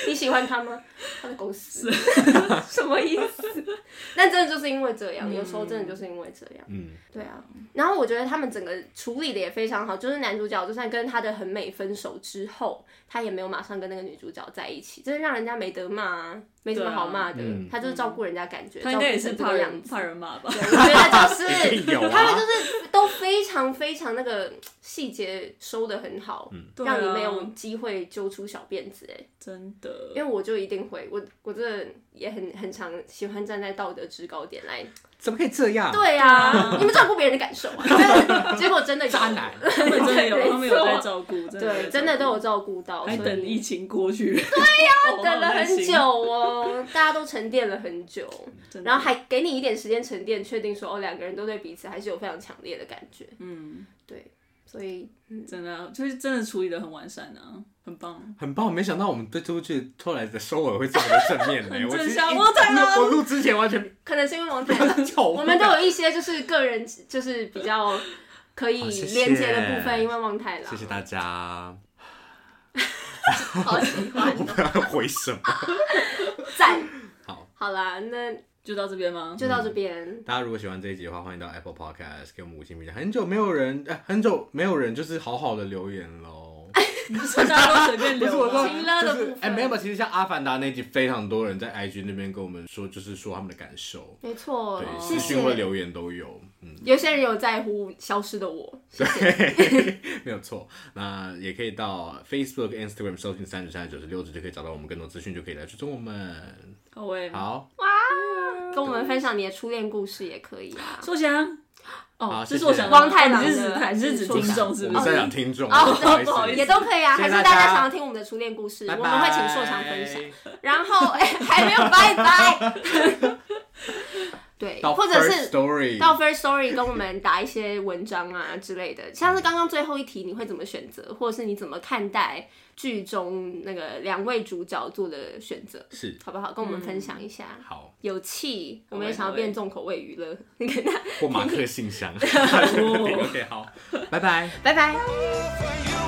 A: 你喜欢他吗？他的狗屎， *laughs* 什么意思？ *laughs* 但真的就是因为这样，有时候真的就是因为这样。
B: 嗯，
A: 对啊，然后我觉得他们整个处理的也非常好，就是男主角就算跟他的很美分手之后，他也没有马上跟那个女主角在一起，真的让人家没得骂、啊，没什么好骂的。
B: 对啊嗯
A: 他就是照顾人家感觉，
C: 他应该也
A: 照
C: 是
A: 顾成这
C: 怕
A: 个样
C: 人
A: 子
C: 怕
A: *laughs*
C: 人骂吧？
A: 对，我觉得就
B: *laughs* 一定
A: 是、
B: 有啊
A: 他们就是都非常非常那个细节收的很好，
B: 嗯
C: 对啊
A: 让你没有机会揪出小辫子哎、
C: 真的，
A: 因为我就一定会，我我真的也很很常喜欢站在道德制高点来，
B: 怎么可以这样？
A: 对
C: *laughs*
A: 啊，你们照顾别人的感受啊， *laughs* 但是结果真的渣男，
C: 他们真的有，
A: 没错
C: 他们有在照顾，真的有在照
A: 对，
C: 顾
A: 真的都有照顾到，
C: 还
A: 所
C: 等疫
A: 以
C: 情过去，对 *laughs* 呀
A: 等了很久，哦，大家都沉淀了很久，
C: 真的
A: 然后还给你一点时间沉淀，确定说哦，两个人都对彼此还是有非常强烈的感觉，
C: 嗯，
A: 对，所以
C: 真的啊就是真的处理的很完善啊，很棒。
B: 很棒，没想到我们对这部剧后来的收尾会这么的正面
A: *laughs*
B: 呢、我
C: 正
B: 其实
C: 向
B: 一
C: 我太
B: 录
C: 好
B: 我录之前完全
A: 可能是因为
C: *laughs*
A: 王
B: *laughs*
A: 太
B: 叫
A: 我们都有一些就是个人就是比较可以
B: 好谢谢
A: 连接的部分，因为望太郎，
B: 谢谢大家， *laughs*
A: 好喜欢，
B: 我不知道要回什么。
A: 赞。
B: 好，
A: 好啦，那
C: 就到这边
A: *laughs*
C: 吗？
A: 就到这边。
B: 大家如果喜欢这一集的话，欢迎到 Apple Podcast 给我们五星评价。很久没有人，哎、很久没有人就是好好的留言喽。
A: 哎
C: 大家都随便
B: 不是我
C: 留
B: 说，
C: 吗，
A: 情乐的
B: 就是
A: 部分
B: 哎、没有，没有其实像《阿凡达》那集，非常多人在 IG 那边跟我们说，就是说他们的感受，
A: 没错
B: 对，，
A: 哦谢
B: 私讯或
A: 谢。
B: 留言都有，嗯，
A: 有些人有在乎消失的我，
B: *laughs* 没有错。那也可以到 Facebook、Instagram 搜寻三九三九十六就可以找到我们更多资讯，就可以来追踪我们。
C: 好喂，
B: 好，
A: 跟我们分享你的初恋故事也可以啊。
C: 硕翔，
B: 好
C: 哦，
B: 谢谢
C: 这是我想
A: 汪太郎的
C: 你是指他，你是指
A: 硕
C: 听
A: 翔
C: 众是
B: 我
C: 不
B: 们
C: 是
B: 在？讲听众，
A: 哦
B: 好意思
C: 不好意思
A: 也都可以啊，
B: 谢
A: 还
B: 谢
A: 是
B: 大家
A: 大家想要听我们的初恋故事，
B: 拜拜
A: 我们会请硕强分享。然后，哎，还没有拜拜。对，
B: 到
A: 或者
B: First
A: 是
B: Story，
A: 到 First Story 跟我们打一些文章啊之类
B: *laughs*
A: 的，像是刚刚最后一题，你会怎么选择，或者是你怎么看待剧中那个两位主角做的选择，
B: 是
A: 好不好？跟我们分享一下。
B: 嗯好，
A: 有气，我们也
C: 好欸
A: 想要
C: 好欸
A: 变重口味娱乐， *laughs* 你看他，
B: *laughs* 或马克信箱。OK OK，好，拜拜。
A: 拜拜。
D: for you.